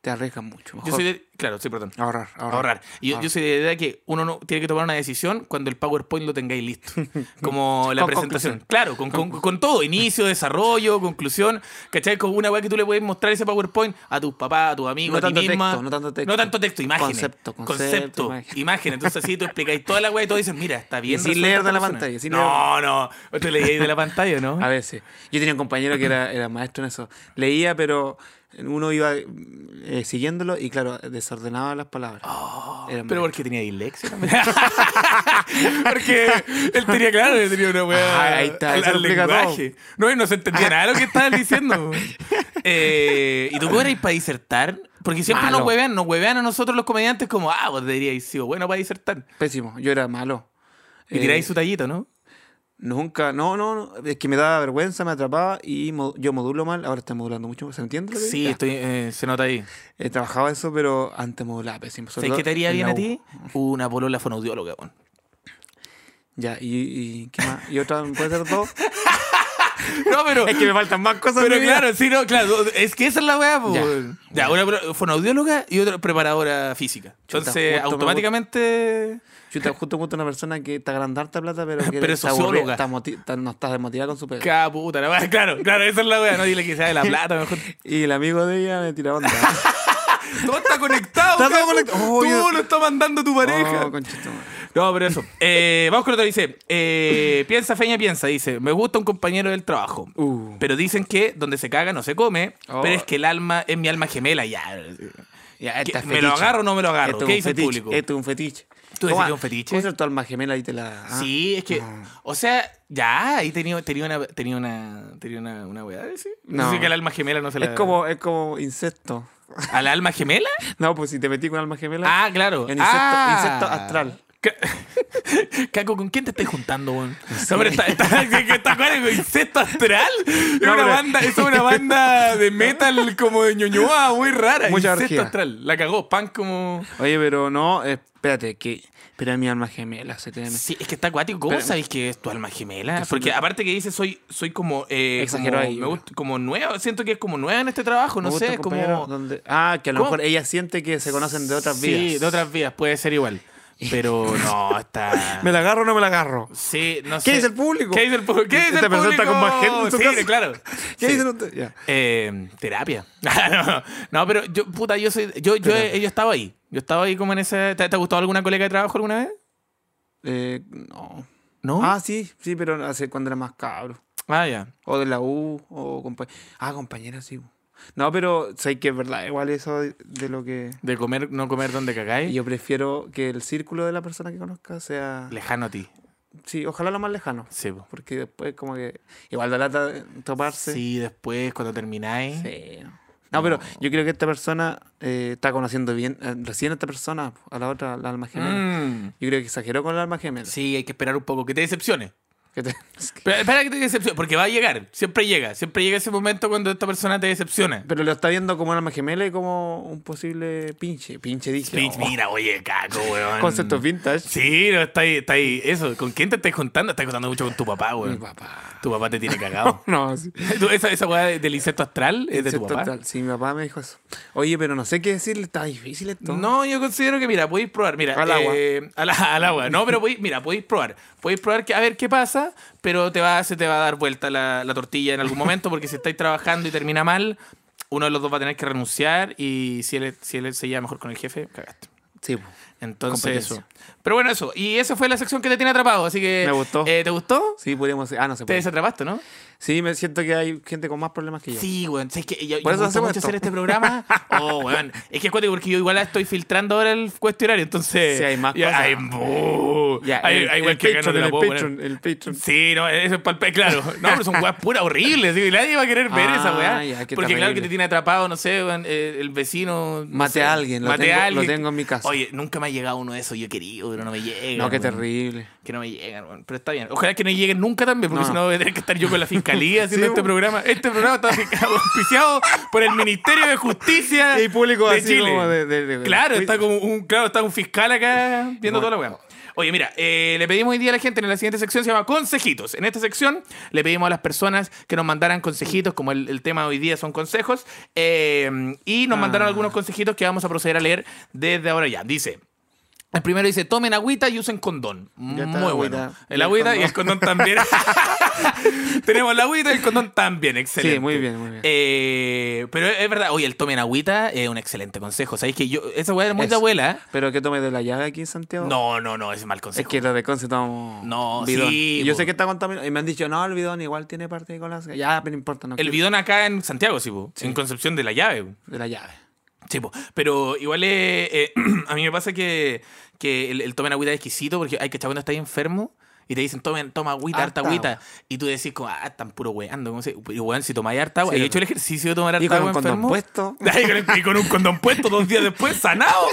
te arriesgas mucho.
Yo
Mejor
soy de- claro, sí, perdón.
ahorrar, ahorrar.
Ahorrar. Y yo,
Ah.
yo soy de la idea que uno no tiene que tomar una decisión cuando el PowerPoint lo tengáis listo. Como la
Con
presentación.
conclusión.
Claro, con, con- con todo. Inicio, desarrollo, conclusión. ¿Cachai? Como una weá que tú le puedes mostrar ese PowerPoint a tus papás, a tus amigos,
No
a ti
tanto
misma.
texto, no tanto texto.
No tanto texto, imágenes.
Concepto, concepto,
imagen.
imagen.
Entonces así tú explicáis toda la weá y todos dicen, mira, está bien.
Y sin
resuelta
leer
esta
de la
persona".
pantalla, sin
no, no. Tú leías de la pantalla, ¿no?
A veces. Yo tenía un compañero que era, era maestro en eso. Leía, pero uno iba eh, siguiéndolo y, claro, desordenaba las palabras.
Ah.
Era
Oh, Pero
maestro.
porque tenía dislexia. porque él tenía claro que tenía una weá.
Ah, ahí está,
Al,
eso
al
lo explica
lenguaje. No, y no se entendía nada de lo que estabas diciendo. Eh, ¿Y tú cómo erais para disertar? Porque siempre
Malo.
nos huevean, nos huevean a nosotros los comediantes como, ah, vos deberíais sido bueno para disertar.
Pésimo. Yo era malo.
Y
Eh,
tiráis su tallito, ¿no?
Nunca, no, no, no, es que me daba vergüenza, me atrapaba y mo- yo modulo mal, ahora estoy modulando mucho, ¿se entiende? lo que
Sí,
digo? Ya.
estoy, eh, se nota ahí.
He trabajado eso, pero antes modulaba pésimo. sobre
¿Sabes qué
todo
te haría
en
bien
la
a
U.
ti? Una polola fonoaudióloga, weón.
Ya, y, y ¿qué más? ¿Y otra? ¿Puede ser dos?
No, pero.
es que me faltan más cosas.
Pero
en mi vida.
claro, sí, no, claro. Es que esa es la weá, po.
Ya.
weón. Ya, una pro- fonoaudióloga y otra preparadora física. Entonces,
justo me
automáticamente.
Chuta, justo justo una persona que está ganando harta plata, pero que
Pero es
está aburrida,
socióloga.
está moti- está- no está desmotivada con su pega.
Cada puta, la weá. Claro, claro, esa es la weá. No dile que sea de la plata, mejor.
Y el amigo de ella me tiraba onda.
Todo está conectado.
Está todo
cabrón.
conectado. Oh,
Tú
yo-
lo estás mandando tu pareja.
Oh, concha tu madre.
No, pero eso. Eh, vamos con otro. Dice: eh, Piensa, Feña, piensa. Dice: Me gusta un compañero del trabajo.
Uh.
Pero dicen que donde se caga no se come.
Oh.
Pero es que el alma es mi alma gemela. Ya.
Ya,
¿Qué-
esta es
¿Me lo
fetiche.
agarro o no me lo agarro?
Esto es
¿Qué
un
dice el
fetiche,
público?
Esto es un fetiche.
¿Tú decís
Toma,
que es un fetiche?
¿Cómo ser tu alma gemela y te la. ah?
Sí, es que,
No.
o sea, ya, ahí tenía, tenía una, tenía una, tenía una, una weá, ¿sí? No.
No.
que al alma gemela no se la...
Es como, es como incesto.
¿Al alma gemela?
No, pues si te metí con alma gemela.
Ah, claro.
Un insecto-
ah.
insecto astral.
Ca- Caco, ¿con quién te estás juntando, weón? No, pero está, está, que está claro, con insecto astral. Es
No,
una
pero-
banda, es una banda de metal como de ñoñoa, muy rara.
Mucha
insecto
orgía.
astral. La cagó, pan como.
Oye, pero no, espérate, que. Pero es mi alma gemela, se te.
Sí, es que está acuático. ¿Cómo
Espérame.
sabéis que es tu alma gemela?
Que soy
Porque
yo.
aparte que dice soy, soy como, eh,
Exageró
como-
ahí,
me
yo
gust- como nueva. Siento que es como nueva en este trabajo. No
Me gusta
sé,
un
es como
compañero donde- ah, que a lo
¿Cómo?
mejor ella siente que se conocen de otras
sí,
vidas.
de otras vías puede ser igual. Pero no está.
¿Me la agarro o no me la agarro?
Sí, no sé.
¿Qué dice el público?
¿Qué dice el público? ¿Qué dice
Esta
el
persona está con más
público?
gente en su
Sí,
casa.
claro.
¿Qué
Sí.
dicen ustedes? Ya.
Eh, terapia. no, no, pero yo, puta, yo soy. Yo, yo, he- yo estaba ahí. Yo estaba ahí como en ese. ¿Te, te ha gustado alguna colega de trabajo alguna vez?
Eh, no.
¿No?
Ah, sí, sí, pero hace cuando era más cabro.
Ah, ya.
O de la U, o compa- Ah, compañera, sí. No, pero sé que es verdad, igual eso de- de lo que.
De comer, no comer donde cagáis.
Yo prefiero que el círculo de la persona que conozca sea.
Lejano a ti.
Sí, ojalá lo más lejano.
Sí, po.
Porque después, como que. Igual da lata toparse.
Sí, Mm. después cuando termináis.
Sí. No, pero yo creo que esta persona eh, está conociendo bien, eh, recién a esta persona, a la otra, la alma gemela.
Mm.
Yo creo que exageró con la alma gemela.
Sí, hay que esperar un poco, que te decepcione.
Que te- es que-
Pero espera que te decepcione, porque va a llegar, siempre llega, siempre llega ese momento cuando esta persona te decepciona.
Pero lo está viendo como una alma gemela y como un posible pinche. Pinche dije.
Bitch,
oh.
Mira, oye, caco, weón.
Concepto vintage.
Sí, no, está ahí, está ahí. Eso, ¿con quién te estás contando? Estás contando mucho con tu papá,
Mi
weón.
papá.
Tu papá te tiene cagado.
No, sí.
Tú, esa, esa weá del insecto astral es de tu
Concepto
papá.
tal. Sí, mi papá me dijo eso. Oye, pero no sé qué decirle, está difícil esto.
No, yo considero que, mira, podéis probar, mira.
Al agua.
eh, al, al agua. No, pero podéis, mira, podéis probar. Podéis probar que, a ver qué pasa, pero te va, se te va a dar vuelta la, la tortilla en algún momento, porque si estáis trabajando y termina mal, uno de los dos va a tener que renunciar y si él, si él se lleva mejor con el jefe, cagaste.
Sí, po.
Entonces,
Competencia.
eso. Pero bueno, eso. Y esa fue la sección que te tiene atrapado, así que.
Me gustó.
eh, ¿Te gustó?
Sí, podríamos hacer. Ah, no se
Te
puede.
desatrapaste, ¿no?
Sí, me siento que hay gente con más problemas que yo.
Sí, weón. Sí, es que yo, yo
Por
me
eso
gusta
hacemos
mucho
esto.
hacer este programa. Oh, weón. Es que es cuático porque yo igual estoy filtrando ahora el cuestionario, entonces.
Sí, hay más
ya,
cosas.
Hay, mu-
Ya,
hay,
el,
hay
el
weón que
Patreon,
no te la
el
puedo poner.
Patreon, el Patreon.
Sí, no, eso es palpe, claro. No, pero son weas puras horribles, digo, y nadie va a querer ver
Ah,
esa weá.
ya, qué
Porque claro que
terrible.
te tiene atrapado, no sé, weón, eh, el vecino. no
Maté
sé,
a alguien, lo
maté
tengo-
a
lo
alguien.
tengo en mi casa.
Oye, nunca me ha llegado uno de esos, yo he querido, pero no me llega.
No, qué
weón.
terrible.
Que no me llegan, weón. pero está bien. Ojalá que no lleguen nunca también, porque
No.
si no voy a tener que estar yo con la fiscalía haciendo
Sí,
este
po.
programa. Este programa está fi- auspiciado por el Ministerio de Justicia
Y público
de
así
Chile.
como de- de- de-
claro, está como un, claro, está un fiscal acá viendo
Bueno.
toda la weá. Oye, mira, eh, le pedimos hoy día a la gente en la siguiente sección, se llama Consejitos. En esta sección le pedimos a las personas que nos mandaran consejitos, como el, el tema de hoy día son consejos, eh, y nos
Ah.
mandaron algunos consejitos que vamos a proceder a leer desde ahora ya. Dice, el primero dice, tomen agüita y usen condón. Muy
Ya está, agüita.
bueno. El
Y el
agüita y
condón.
el condón también. Tenemos la agüita y el condón también. Excelente.
Sí, muy bien, muy bien.
Eh, pero es verdad, oye, el tomen agüita es un excelente consejo. Sabéis que yo, esa weá era muy de
Eso.
abuela. ¿eh?
¿Pero qué tomes de la llave aquí en Santiago?
No, no, no, es mal
Es
consejo.
que lo de Conce estamos.
No,
bidón.
sí,
Y yo
po.
sé que está contaminado. Y me han dicho, no, el bidón igual tiene parte de colas. Ya, pero no importa. No
el
quiero-
bidón acá en Santiago, sí, po, en Concepción de la Llave. po.
De la llave.
Sí, po. pero igual eh, eh, a mí me pasa que, que el, el tomen agüita es exquisito porque hay que estar cuando estás enfermo y te dicen tomen, toma agüita, harta
Harta
agüita. Y tú decís, como, ah, están puro weando. como se- Y weón, si tomáis harta agua,
Sí,
he
es
hecho el ejercicio de tomar harta
Y con
agua
un condón
enfermo.
puesto.
Y con, el- y con un condón puesto dos días después, sanado.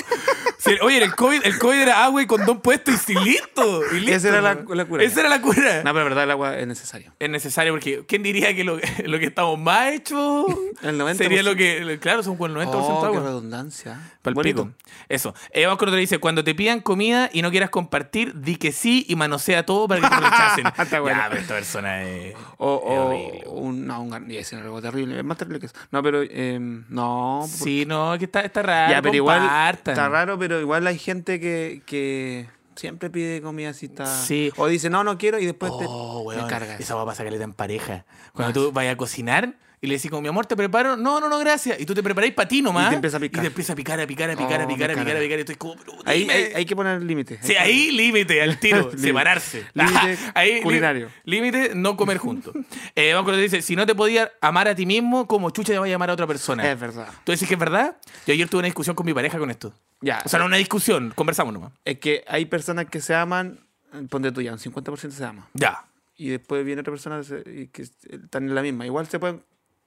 Sí, oye, el COVID, el COVID era agua y condón puesto y sí, listo. y listo,
Esa era la-
weón.
la cura.
Esa era la cura.
No, pero verdad, el agua es necesario.
Es necesario porque ¿quién diría que lo, lo que estamos más hechos
El 90%.
sería lo que... Claro, son con el 90%
Oh, qué
agua.
redundancia.
Pal
Bonito.
pico. Eso. Eh, vamos con otro que dice, cuando te pidan comida y no quieras compartir, di que sí y manosea todo para que te rechacen.
Está bueno.
Ya, pero esta persona es...
O,
es horrible.
o un, no, un gan- y ese es algo terrible. Es más terrible que eso. No, pero em, no.
Sí, no, que está, está raro.
ya, pero igual.
compartan.
Está raro, pero igual hay gente que, que siempre pide comida si está.
Sí.
O dice, no, no quiero y después te.
Oh,
este me
weón.
carga eso. Ah,
Esa va a pasar caleta en pareja. Cuando tú vayas a cocinar y le decís como, mi amor, te preparo. No, no, no, gracias. Y tú te preparáis para ti nomás.
Y te empieza a picar.
Y te empieza a picar, a picar, a picar, a
Oh, me
picar, a picar, a
carga.
picar. Y estoy como, "Pero
Ahí
dime".
hay, hay que poner límites.
Sí, ahí límite al tiro,
Límite.
separarse.
Límite
lí-
culinario.
Límite no comer juntos. Eh, vamos con lo que dice, si no te podías amar a ti mismo, como chucha te vas a amar a otra persona.
Es verdad.
¿Tú decís que es verdad? Yo ayer tuve una discusión con mi pareja con esto.
Ya.
O sea, no una discusión, conversamos nomás.
Es que hay personas que se aman, eh, ponte tú ya, un 50% se ama.
Ya.
Y después viene otra persona que se- y que están en la misma. Igual se pueden,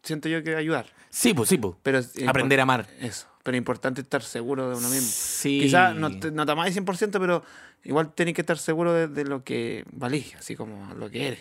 siento yo que ayudar.
Sí, pues, sí, pues.
Pero es impor-
Aprender a amar.
Eso. Pero es importante estar seguro de uno mismo.
Sí.
Quizás no te, no te amáis 100%, pero igual tenés que estar seguro de, de lo que valís, así como lo que eres.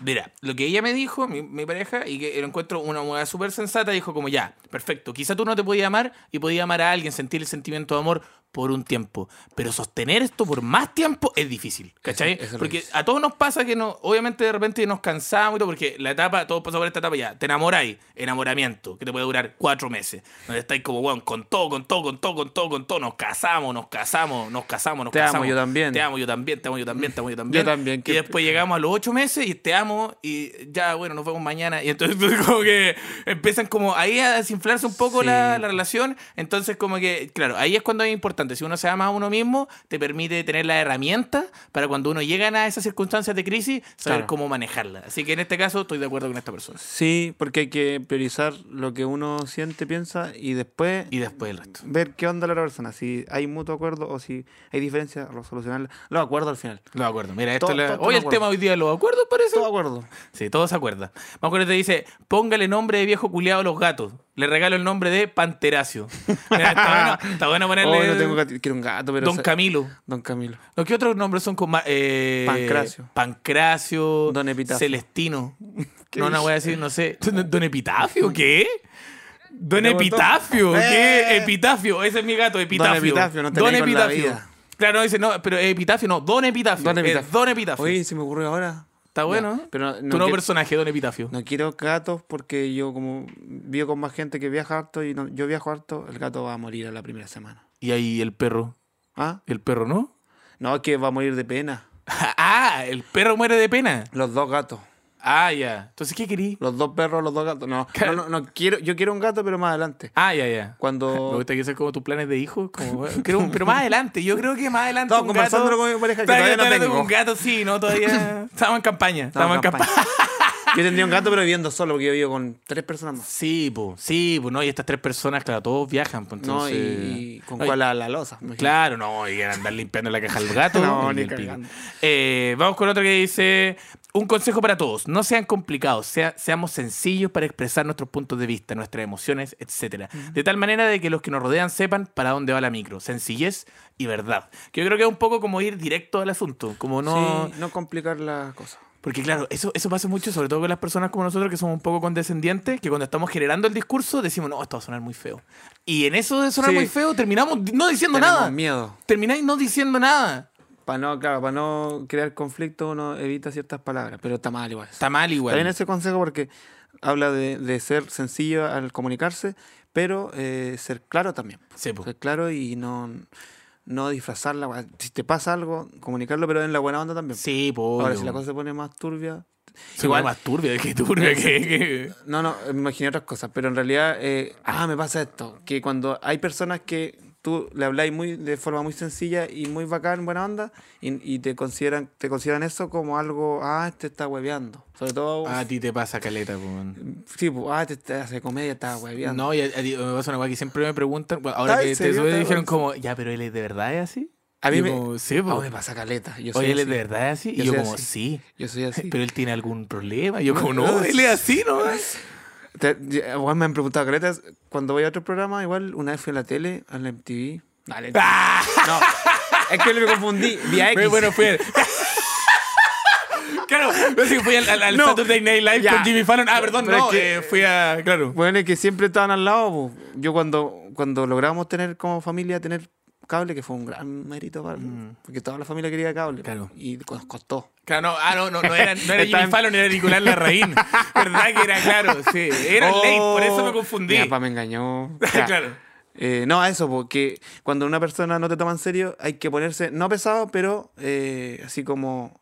Mira, lo que ella me dijo, mi, mi pareja, y que lo encuentro una mujer súper sensata, dijo como ya, perfecto, quizá tú no te podías amar y podías amar a alguien, sentir el sentimiento de amor por un tiempo, pero sostener esto por más tiempo es difícil, ¿cachai?
Eso- eso es lo
porque
difícil.
a todos nos pasa que no, obviamente de repente nos cansamos y todo, porque la etapa, todos pasamos por esta etapa ya, te enamoráis, enamoramiento, que te puede durar cuatro meses, donde estáis como, weón, con todo, con todo, con todo, con todo, con todo, nos casamos, nos casamos, nos casamos, nos
Te amo,
casamos.
yo también.
Te amo, yo también, te amo, yo también, te amo, yo también.
también,
Y
que-
después pues llegamos a los ocho meses y te amo y ya, bueno, nos vemos mañana. Y entonces pues, como que empiezan como ahí a desinflarse un poco
Sí.
la, la relación. Entonces como que, claro, ahí es cuando es importante. Si uno se ama a uno mismo, te permite tener las herramientas para cuando uno llega a esas circunstancias de crisis, saber
Claro.
cómo manejarlas. Así que en este caso estoy de acuerdo con esta persona.
Sí, porque hay que priorizar lo que uno siente, piensa y después
Y después el resto.
ver qué onda la otra persona. Si hay mutuo acuerdo o si hay diferencias, solucionar los acuerdos al final.
Los acuerdos. Mira, esto
Todo-
es la-
todo- todo
hoy el
acuerdo.
tema hoy día de los acuerdos parece.
Todo acuerdo.
Sí, todos se acuerdan. Me acuerdo que te dice, póngale nombre de viejo culiado a los gatos. Le regalo el nombre de Panteracio. Mira, está, bueno, está bueno ponerle
Hoy Oh, no tengo gato, quiero un gato, pero.
Don
sa-
Camilo.
Don Camilo.
¿No, ¿Qué otros nombres son con ma- eh,
Pancracio.
Pancracio.
Don Epitafio.
Celestino.
¿Qué
No, no
dice?
voy a decir, no sé. ¿Don Epitafio? ¿Qué? Don
Me botó.
Epitafio. ¿Qué?
Eh.
Epitafio. Ese es mi gato, Epitafio.
Epitafio, no te leí con la vida.
Claro, no dice, no, pero Epitafio no, Don Epitafio. Don Epitafio. Don Epitafio.
Oye, se me ocurrió ahora.
Está
Ya,
bueno. ¿eh?
pero no-
tu
no
nuevo
quiero-
personaje, Don Epitafio.
No quiero gatos porque yo como vivo con más gente que viaja harto y no- yo viajo harto, el gato va a morir a la primera semana.
Y ahí el perro.
¿Ah?
¿El perro no?
No, es que va a morir de pena.
ah, el perro muere de pena.
Los dos gatos.
Ah, ya. Entonces, ¿qué querí?
Los dos perros, los dos gatos. No, no, no, no quiero, yo quiero un gato, pero más adelante.
Ah, ya, ya. Me
Cuando
gusta que sean como tus planes de hijos. Como, creo- pero más adelante, yo creo que más adelante.
Estaba
un
conversando
gato-
con mi pareja que
Estaba
todavía no
hablando
tengo.
con un gato, sí, no, todavía. Estamos en campaña.
Estaba
Estamos en campaña.
Yo tendría un gato, pero viviendo solo, porque yo vivo con tres personas más.
Sí, pues, sí, pues, no, y estas tres personas, claro, todos viajan, pues,
No, y,
entonces...
y con
Ay,
cuál a la losa.
Claro, no, y andar limpiando la caja al gato.
No,
y
ni
el pico.
cagando.
Eh, vamos con otro que dice, un consejo para todos, no sean complicados, sea- seamos sencillos para expresar nuestros puntos de vista, nuestras emociones, etcétera. De tal manera de que los que nos rodean sepan para dónde va la micro, sencillez y verdad. Que yo creo que es un poco como ir directo al asunto, como no...
No, no complicar las cosas.
Porque claro, eso, eso pasa mucho, sobre todo con las personas como nosotros que somos un poco condescendientes, que cuando estamos generando el discurso decimos, no, esto va a sonar muy feo. Y en eso de sonar
Sí.
muy feo terminamos di- no diciendo
Tenemos
nada.
miedo.
Termináis no diciendo nada.
Para no, claro, para no crear conflicto uno evita ciertas palabras, pero está mal igual.
Está mal igual.
También ese consejo porque habla de, de ser sencillo al comunicarse, pero eh, ser claro también.
Sí, po.
Ser claro y no, no disfrazar la weá. Si te pasa algo, comunicarlo, pero en la buena onda también.
Sí, po,
Ahora,
obvio.
si la cosa se pone más turbia.
Se
igual-
pone más turbia que turbia que- que-
No, no, me imaginé otras cosas, pero en realidad, eh, ah, me pasa esto, que cuando hay personas que tú le habláis muy, de forma muy sencilla y muy bacán, buena onda, y, y te consideran te consideran eso como algo, ah, este está hueveando. Sobre todo,
A ti te pasa caleta, po. man.
sí, pues, ah, este está- hace comedia, está hueveando.
No, y a- a ti- me pasa una cosa que siempre me preguntan, bueno, ahora
Ay,
que te
serio,
subí,
te-
dijeron como, ya, pero él es de verdad es así.
a mí
Yo
me,
como, sí, po.
ah, me pasa caleta, yo soy
Oye, él es
así.
de verdad es así. Y
Yo
yo
soy
como,
así.
sí.
Yo soy así.
Pero él tiene algún problema. Yo como, no, él es así, ¿no?
Te- ya, igual me han preguntado caletas, cuando voy a otro programa, igual una vez fui a la tele, a la MTV. No, a la-
¡Ah!
no, es que me confundí, vía X.
Bueno, fui al- claro, no sé, fui al, al- al
No,
Saturday Night Live
ya.
con Jimmy Fallon. Ah, perdón,
Pero
no,
es que-
eh, fui a... Claro.
Bueno, es que siempre estaban al lado. po. Yo cuando, cuando logramos tener como familia, tener cable, que fue un gran mérito para porque toda la familia quería cable.
Mm. Claro.
Y nos costó.
Claro, no, ah, no, no, no era, no era Jimmy
Estaban-
Fallon, era Nicolás Larraín. ¿Verdad que era claro? Sí, era
Oh,
late, por eso me confundí.
Mi papá me engañó. Ya.
claro.
Eh, no, a eso, porque cuando una persona no te toma en serio, hay que ponerse, no pesado, pero eh, así como,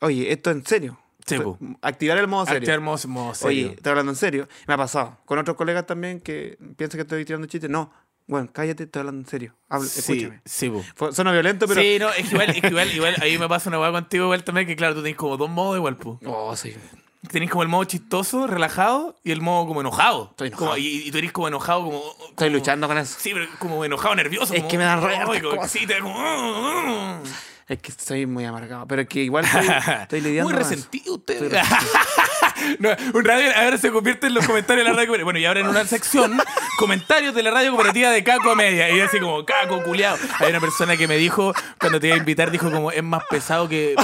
oye, esto es en serio.
Sí, po.
Esto- Activar el modo serio.
Actor Ah, hermoso, hermoso,
Oye,
serio.
estoy hablando en serio. Me ha pasado. Con otros colegas también que piensan que estoy tirando chistes. No, bueno, cállate, estoy hablando en serio. Habla,
sí,
Escúchame.
sí, po.
Fue- Suena violento, pero.
Sí, no, es que igual, es que igual, igual, ahí me pasa una hueá contigo igual también, que claro, tú tenés como dos modos igual, pues.
Oh, sí.
Tenés como el modo chistoso, relajado, y el modo como enojado.
Estoy enojado.
Como- y, y tú eres como enojado, como...
Estoy
como-
luchando con eso.
Sí, pero como enojado, nervioso.
Es
como,
que me dan
"Ay,
re hartas
como-
cosas".
Sí, te da como...
Es que estoy muy amargado. Pero es que igual estoy, estoy lidiando.
Muy
con eso.
resentido usted.
Estoy
No, un radio ahora se convierte en los comentarios de la radio cooperativa. Bueno, y ahora en una sección, comentarios de la radio cooperativa de Caco Media. Y así como, Caco, culiao. Hay una persona que me dijo, cuando te iba a invitar, dijo como, es más pesado que,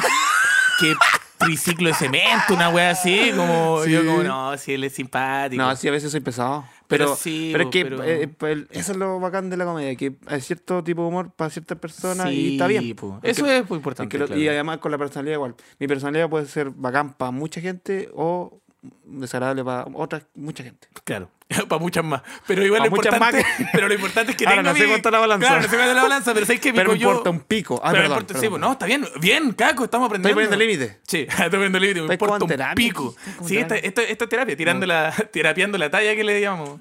que triciclo de cemento, una wea así. Como,
Sí.
yo como, no, si él es simpático.
No, sí, a veces soy pesado.
Pero
Pero,
sí,
pero
bo,
es que
pero-
eh, pues, el- eso es lo bacán de la comedia, que hay cierto tipo de humor para ciertas personas
Sí,
y está bien.
po.
Es
Eso
que-
es muy importante,
que lo- Y eh,
claro.
además con la personalidad igual. Mi personalidad puede ser bacán para mucha gente o desagradable para otra mucha gente.
Claro, para muchas más. Pero igual
Pa'
lo
muchas
importante,
más.
pero lo importante es que
Ahora
tenga
no sé
mi-
cuánto la balanza.
Claro, no sé cuánto la balanza, pero sabéis que
Pero
Mico, yo-
importa un pico. Ah,
pero me
perdón,
importa- sí,
perdón.
pues, no, está bien, bien, Caco, estamos aprendiendo.
Estoy poniendo límite.
Sí, estoy poniendo límite, me
Estoy como
importa
en
un
terapia,
pico.
estoy como
Sí,
en
esta,
terapia.
esto, esto es terapia, tirando la, terapiando la talla que le llamamos.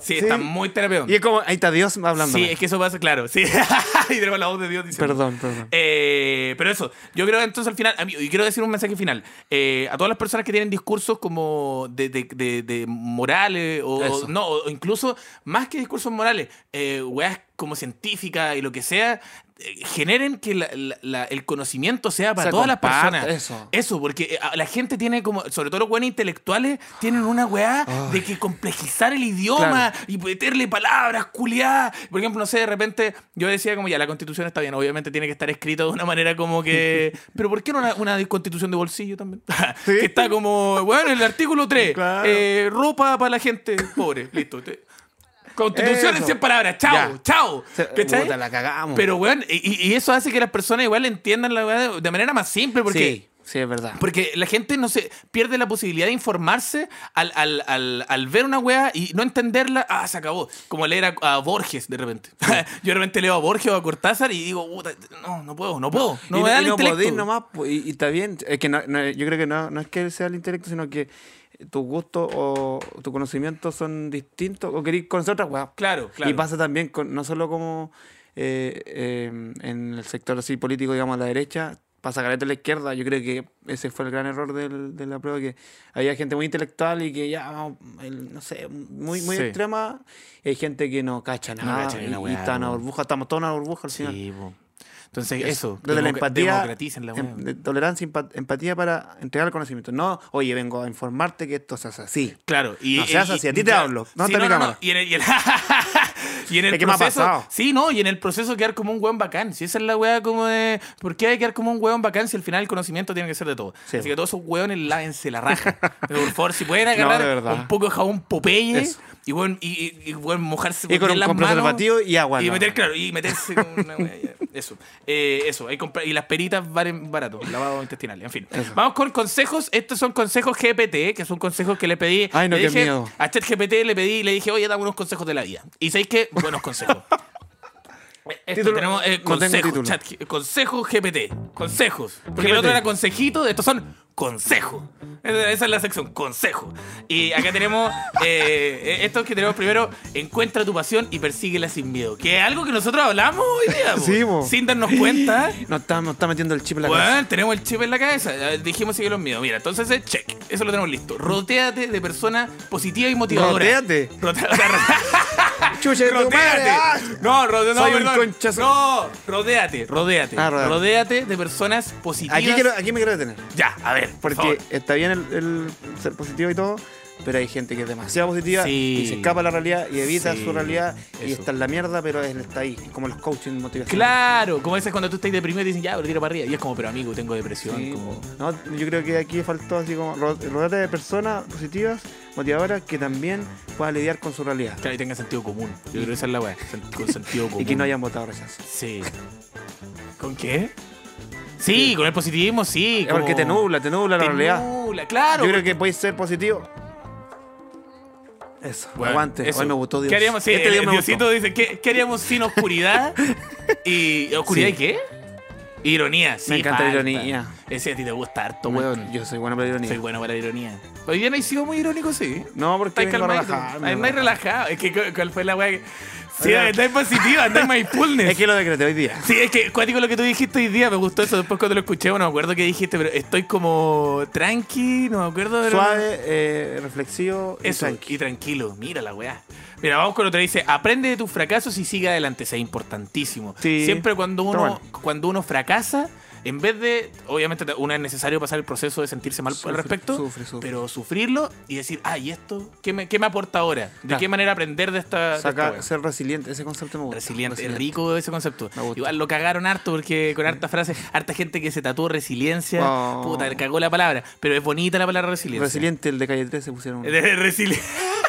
Sí, está muy terapeón.
Y es como, ahí está Dios hablando.
Sí, es que eso pasa, claro, sí. y tenemos la voz de Dios diciendo.
Perdón, perdón.
Eh, pero eso, yo creo entonces al final, a mí- y quiero decir un mensaje final, Eh, a todas las personas que tienen discursos como de, de, de- de morales, o,
Eso.
o- no, o incluso más que discursos morales, eh, weas como científica y lo que sea, eh, generen que la- la- la- el conocimiento sea para
Se
todas las
comparta,
personas.
eso.
Eso, porque eh, a- la gente tiene como, sobre todo los buenos intelectuales, tienen una weá de que complejizar el idioma y meterle palabras culiadas. Por ejemplo, no sé, de repente yo decía como ya, la constitución está bien, obviamente tiene que estar escrita de una manera como que... Pero ¿por qué no una, una constitución de bolsillo también? que está como, bueno, el artículo 3,
Claro.
eh, ropa para la gente pobre, listo. te- Constitución en
Eso.
100 palabras, chao,
Ya.
chao.
Se-
¿cachai?
puta, la cagamos.
Pero, weón, y, y- y eso hace que las personas igual entiendan la weá de, de manera más simple, porque
Sí, Sí, es verdad.
Porque la gente no se pierde la posibilidad de informarse al, al- al- al ver una weá y no entenderla. Ah, se acabó. Como leer a, a Borges de repente. Yo de repente leo a Borges o a Cortázar y digo, puta, no, no puedo, no puedo. No
y
me da
y
el
no
intelecto.
podís nomás, po, y, y está bien. Es que no- no- yo creo que no, no es que sea el intelecto, sino que tu gusto o tu conocimiento son distintos o querís conocer otras weas.
Claro, claro.
Y pasa también, con, no solo como eh, eh, en el sector así político, digamos, a la derecha, pasa careta a la izquierda. Yo creo que ese fue el gran error del- de la prueba, que había gente muy intelectual y que ya, vamos, el- no sé, muy, muy
Sí.
extrema. Y hay gente que no cacha
No
nada.
cacha ni
y,
una
y
weá,
está en una
no.
burbuja, estamos todos en una burbuja al final.
Sí, po. Entonces, eso.
Desde la
democ-
empatía,
Democraticen la weá.
em- de tolerancia, empa- empatía para entregar el conocimiento. No, oye, vengo a informarte que esto se hace así.
Claro, y,
No seas
y-
así, a
y-
ti te
claro.
hablo, no ante mi cámara.
Y en el, y en- y en el
Es que me ha
proceso,
pasado.
sí, no, y en el proceso quedar como un hueón bacán. Si esa es la weá como de, ¿por qué hay que quedar como un hueón bacán si al final el conocimiento tiene que ser de todo?
Sí.
Así que todos esos hueones lávense la raja. Pero, por favor, si pueden
No, de
agarrar
verdad.
un poco de jabón Popeye
Eso.
y hueón, y, y, y, hueón, mojarse
Y con
bien
un
las
con
manos,
preservativo y agua.
y
no.
meter, claro, y meterse con una weá, ya. Eso. Eh, eso. Hay compra- y las peritas valen barato. Lavado intestinal. En fin. Vamos con consejos. Estos son consejos GPT, que son consejos que le pedí.
Ay, no,
le
qué
dije,
miedo.
A ChatGPT le pedí, le dije, oye, dame unos consejos de la vida. Y sabéis que, buenos consejos. Esto
Título,
tenemos eh,
no tengo
consejos,
título.
chat, consejos GPT, consejos. Porque el otro
GPT.
era consejito, estos son consejos. Esa esa es la sección, consejos. Y acá tenemos eh, estos que tenemos primero, encuentra tu pasión y persíguela sin miedo. Que es algo que nosotros hablamos hoy día, po.
Sí, po.
sin darnos cuenta.
No está, no está metiendo el chip en la
Bueno,
cabeza.
tenemos el chip en la cabeza. Ya Dijimos seguir los miedos. Mira, entonces es check. Eso lo tenemos listo. Rotéate de personas positivas y motivadoras.
Rotéate.
Rotea- o sea,
Chucha, de tu madre, ah.
Rotéate. No, rote- no,
Soy un
perdón.
conchazo.
No, rodeate, rodeate.
Ah, rodeate.
Rodeate de personas positivas.
Aquí, quiero, aquí me quiero detener.
Ya, a ver, por
Porque
favor.
está bien el, el ser positivo y todo, pero hay gente que es demasiado positiva
Sí.
y se escapa de la realidad y evita
Sí,
su realidad y
eso.
está en la mierda, pero él está ahí. Como los coaching motivacionales.
Claro, como veces cuando tú estás deprimido y dicen, ya, pero tira para arriba. Y es como, pero amigo, tengo depresión.
Sí,
como...
no, yo creo que aquí faltó así como ro- rodearte de personas positivas, motivadoras, que también puedan lidiar con su realidad.
Claro, y tenga sentido común. Yo creo que esa es la weá. sen- Con sentido común.
Y que no hayan votado rechazo.
Sí. ¿Con qué? Sí, con el positivismo, sí.
Es porque
como-
te nubla, te nubla la
Te
realidad.
nubla, claro.
Yo creo que podéis ser positivo. Eso,
Bueno,
aguante.
eso.
Hoy me gustó Dios.
¿Qué haríamos? Sí,
Este
el-
Dios me
Diosito
gustó.
dice, ¿qué, qué haríamos sin oscuridad? ¿Y oscuridad
Sí.
y qué? Ironía, sí.
Me encanta la
falta.
ironía.
Ese a ti te gusta harto,
Bueno,
weón.
Yo soy bueno para la ironía.
Soy bueno para la ironía. Hoy día no he sido muy irónico, sí.
No, porque
Estáis
vengo a
calmadito.
relajarme,
Ay,
weón.
más relajado. Es que, cu- ¿cuál fue la weá? que- Sí,
Oiga.
estáis positiva, estáis mindfulness.
Es que lo decreté hoy día.
Sí, es que cuático lo que tú dijiste hoy día, me gustó eso. Después cuando lo escuché, bueno, no me acuerdo qué dijiste, pero estoy como tranqui, no me acuerdo. pero-
Suave, eh, reflexivo y
Eso,
tranqui.
y tranquilo, mira la weá. Mira, vamos con otra. Dice, aprende de tus fracasos y sigue adelante. Eso es importantísimo.
Sí,
Siempre cuando
está
uno,
bueno.
cuando uno fracasa, en vez de, obviamente, uno es necesario pasar el proceso de sentirse mal
Sufre,
al respecto,
sufre, sufre.
pero sufrirlo y decir, ay, esto, ¿qué me, qué me aporta ahora? ¿De
Claro.
qué manera aprender de esta... de esta
Saca-
weá?"
ser resiliente, ese concepto me gusta.
Resiliente, es rico ese concepto.
Me gusta.
Igual lo cagaron harto porque con hartas frases, harta gente que se tatuó resiliencia,
Oh.
puta, le cagó la palabra, pero es bonita la palabra resiliencia.
Resiliente, el de calle 13 pusieron. uno.
Eh, De resiliencia.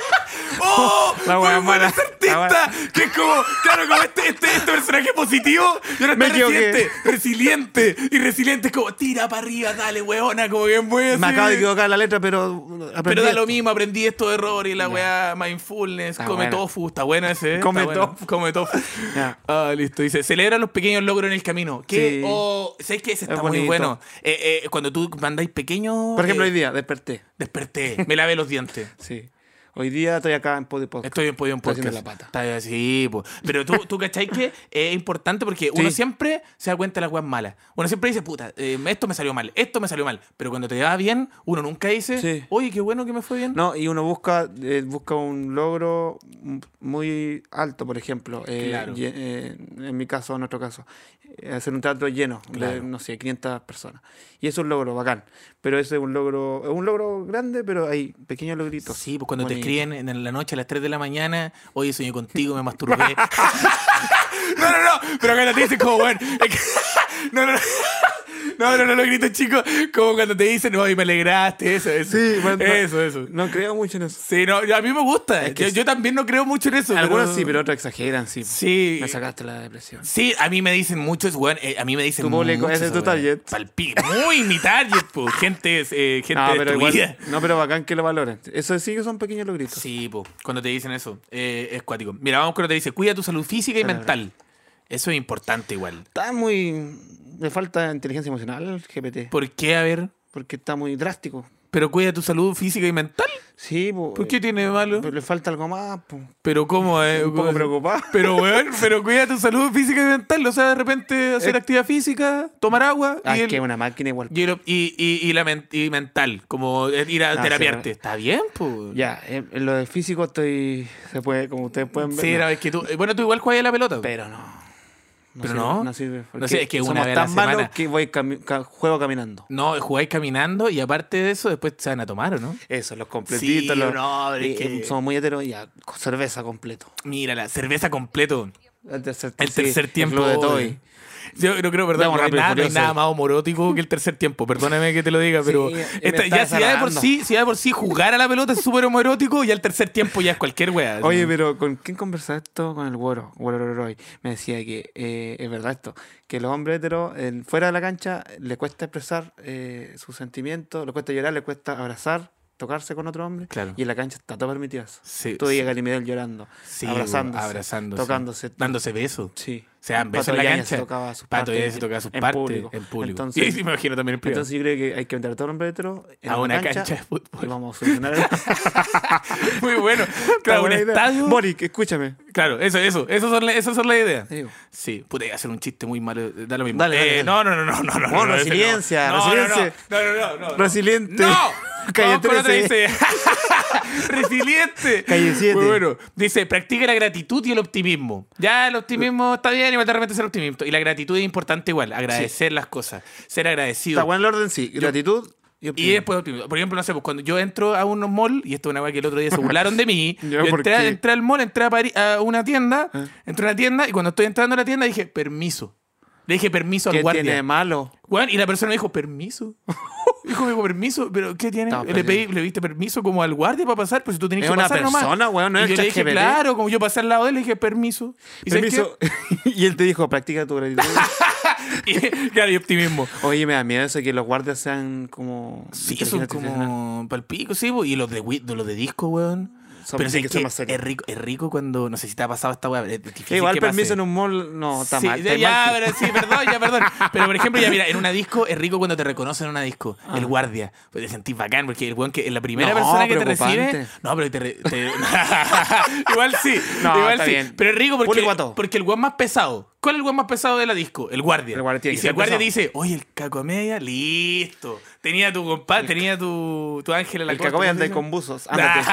¡Oh!
La
muy
wea
buen
mala. La
artista! Que es como, claro, como este, este, este personaje positivo. Y ahora
Me
está resiliente,
equivoqué.
resiliente. Y resiliente es como, tira para arriba, dale, weona, como que muy
Me
así.
acabo de equivocar la letra, pero aprendí.
Pero da
esto.
lo mismo, aprendí estos errores y la weá mindfulness,
Está
come
buena.
tofu, está buena ese. ¿eh?
Come
Está bueno,
tofu.
Come tofu.
Ya.
Ah, listo. Dice, celebra los pequeños logros en el camino. ¿Qué?
Sí.
Oh, ¿Sabes qué? Ese
Es
está muy
bonito.
bueno. Eh, eh, cuando tú mandáis pequeños...
Por ejemplo,
eh,
hoy día desperté.
Desperté, me lavé los dientes.
Sí. Hoy día estoy acá en Podi Podcast.
Estoy en Podium
Estoy
Podcast.
haciendo la pata.
Está bien, sí, po. Pero tú, tú ¿cachai que es importante? Porque uno
Sí.
siempre se da cuenta de las weas malas. Uno siempre dice, puta, eh, esto me salió mal, esto me salió mal. Pero cuando te va bien, uno nunca dice,
Sí.
oye, qué bueno que me fue bien.
No, y uno busca eh, busca un logro m- muy alto, por ejemplo. eh,
Claro.
lle- eh, en mi caso, en nuestro caso. eh, hacer un teatro lleno de,
Claro.
no sé, 500 personas. Y eso es un logro bacán. Pero ese es un logro, es un logro grande, pero hay pequeños logritos.
Sí, pues cuando te
Bonito.
escriben en la noche a las 3 de la mañana, oye, soñé contigo, me masturbé. no, no, no, pero cuando te dicen como, bueno, es que- no, no, no. No, no, no lo grites, chicos. Como cuando te dicen, no, y me alegraste, eso, eso.
Sí, bueno, no-
eso, eso.
No creo mucho en eso.
Sí, no, yo- a mí me gusta.
Es que
yo,
sí.
yo también no creo mucho en eso.
Algunos sí, pero otros exageran, sí.
Sí.
Me sacaste la depresión.
Sí, a mí me dicen muchos, weón. eh, a mí me dicen
Tu público,
mucho
ese es
esa
tu
weá.
target.
Palpi- Muy mi target, pues. Gente, eh, gente
No pero,
destruida.
igual, no, pero bacán que lo valoren. Eso sí que son pequeños logritos.
Sí, po. cuando te dicen eso, eh, es cuático. Mira, vamos cuando te dice, cuida tu salud física y
Cerebral.
mental. Eso es importante igual.
Está muy. Le falta inteligencia emocional al GPT.
¿Por qué? A ver,
Porque está muy drástico.
pero cuida tu salud física y mental.
Sí, po,
¿Por qué
eh,
tiene de malo?
pero le falta algo más. po.
Pero cómo, eh.
Un poco
¿Cómo?
preocupado.
Pero weón, pero cuida tu salud física y mental. O sea, de repente hacer
Eh.
actividad física, tomar agua
Ah,
y,
es
el-
que es una máquina igual.
y, el- y- y- y la men- y mental, como ir a
Ah, sí,
terapiarte.
bueno.
Está bien, pues.
Ya, eh, en en lo del físico estoy. Se puede, como ustedes pueden ver.
Sí,
no.
era, es que tú, eh, bueno, tú igual juegas a la pelota.
Pero no.
Pero
sirve,
no.
No sirve.
No sé, es que una
somos
vez a la
tan malos
semana.
que voy cami- ca- juego caminando.
No, jugáis caminando y aparte de eso, después se van a tomar, ¿o no?
Eso, los completitos.
Sí,
los,
no, pero es
eh,
que-
Somos muy heteros ya. con Cerveza completo.
Mira, la cerveza completo.
El tercer,
El
sí,
tercer
el
tiempo.
club de todo.
hoy. Yo no creo, verdad,
Vamos
no hay,
rápido,
nada, no hay
curioso.
nada más homorótico que el tercer tiempo. Perdóname que te lo diga, pero
Sí, me
esta- ya,
está
si ya de por
desagradando.
sí, si ya de por sí jugar a la pelota es súper homoerótico, ya el tercer tiempo ya es cualquier wea.
Oye, pero ¿con quién conversaba esto? Con el Woro, Wororororoy. Me decía que eh, es verdad esto, que los hombres heteros en- fuera de la cancha les cuesta expresar eh, sus sentimientos, les cuesta llorar, les cuesta abrazar, tocarse con otro hombre.
Claro.
Y en la cancha está todo permitido. eso.
Sí,
Tú
sí.
y Galimedel llorando,
Sí,
abrazándose,
abrazándose,
tocándose.
dándose besos.
Sí.
Se dan besos en la
Pato Yáñez
cancha.
se tocaba sus
Pato
partes
Yáñez se tocaba sus
en
partes
público.
en público.
Entonces-
y sí, me imagino también en privado.
Entonces yo creo que hay que meter a todo el hombre hetero en
A una cancha de fútbol.
Y vamos a solucionar el-
Muy bueno.
Está
Claro, un
buena idea.
estadio.
Boric, escuchame.
Claro, eso, eso. Esas son, la- esas son las ideas.
Te digo.
Sí, puta, iba a hacer un chiste muy malo. Da lo mismo.
Dale,
Eh,
dale, dale.
No, no, no, no, no, no.
Oh,
no, ese
resiliencia,
no. No,
resiliencia.
No, no, no, no, no, no.
Resiliente.
¡No!
Calle
Vamos con otra,
13.
dice. Resiliente.
Calle 7.
Muy bueno. Dice, practica la gratitud y el optimismo. Ya el optimismo está bien, igual de repente ser optimista. Y la gratitud es importante igual. Agradecer las cosas. Ser agradecido.
Está bueno el orden, sí. Gratitud y
Y
optimismo.
después, optimismo. por ejemplo, no sé, pues cuando yo entro a un mall, y esto es una weá que el otro día se burlaron de mí,
Ya,
yo
¿por
entré, a-
qué? Ah.
entré al mall, entré a, Pari- a una tienda, entré a una tienda, y cuando estoy entrando a la tienda dije, permiso. Le dije permiso al
¿Qué
guardia.
tiene de malo?
Weón, y la persona me dijo, permiso. Dijo, me dijo, permiso, pero ¿qué tiene?
Estamos
Le, pedí, le diste permiso como al guardia para pasar, pues si tú tenías
Es
que
una
pasar nomás.
persona, weón, no
Y
es
yo
el
le dije,
ChatGPT.
claro, como yo pasé al lado de él, le dije, permiso. Y ¿sabes
Permiso. y él te dijo, practica tu gratitud.
qué? Y- claro, y optimismo.
Oye, me da miedo eso que los guardias sean como.
Sí, son
inteligencia artificial.
como palpico, sí, po. y los de, wi- de los de disco, weón.
Son-
pero
sí
sí
que
que
son más serios.
es rico, es rico cuando no sé si te ha pasado esta weá. pero es difícil
Igual
que
permiso
pase.
en un mall no está
sí,
mal.
ya,
está
ya,
mal.
pero sí, perdón, ya, perdón. Pero por ejemplo, ya mira, en una disco es rico cuando te reconocen en una disco, el guardia. Pues te sentís bacán, porque el weón que es la primera
Ah. No,
persona que te
preocupante.
recibe. No, pero te. re- te- igual sí,
No,
igual
está
sí.
bien.
Pero es rico porque,
Público a todo.
porque el weón más pesado. ¿Cuál es el weón más pesado de la disco? El guardia.
El guardia tiene
y
que
si
ser
el guardia
pesado.
te dice, oye, el caco a media, listo. Tenía tu compadre, tenía tu, tu Ah, ángel en la
El
costa,
caco
¿cómo
anda
se
ahí
dice?
con buzos. Ándate.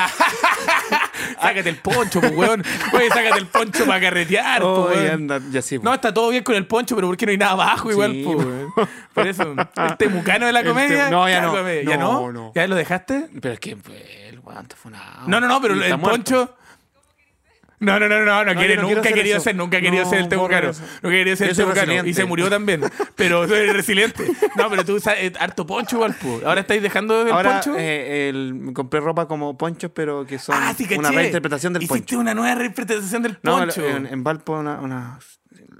sácate el poncho, pues, weón. Oye, sácate el poncho para carretear, po,
Oh, y
weón.
anda, ya sí.
No, está todo bien con el poncho, pero ¿por qué no hay nada abajo igual?
Sí, pues.
po, weón? Por eso, el temucano de la
El
comedia.
temu- no, ya no.
cálmame. ¿Ya no?
No, no.
¿Ya lo dejaste?
Pero es que pues, el guante fue una.
No, no, no, pero
Y está
el
muerto.
poncho. No, no, no, no, no, quiere,
yo no quiero
nunca
hacer
quería
eso.
ser, nunca quería
No,
ser el temucano.
borra eso.
No quería ser
Yo
el
soy
temucano. Y
resiliente.
se murió también. Pero soy resiliente. No, pero tú sabes, harto poncho igual, po. Ahora estáis dejando el
Ahora
poncho.
eh, el- me compré ropa como ponchos, pero que son
ah, sí, caché.
una reinterpretación del
Hiciste
poncho.
una nueva reinterpretación del
No, eh,
poncho.
en, en Valpo una, una-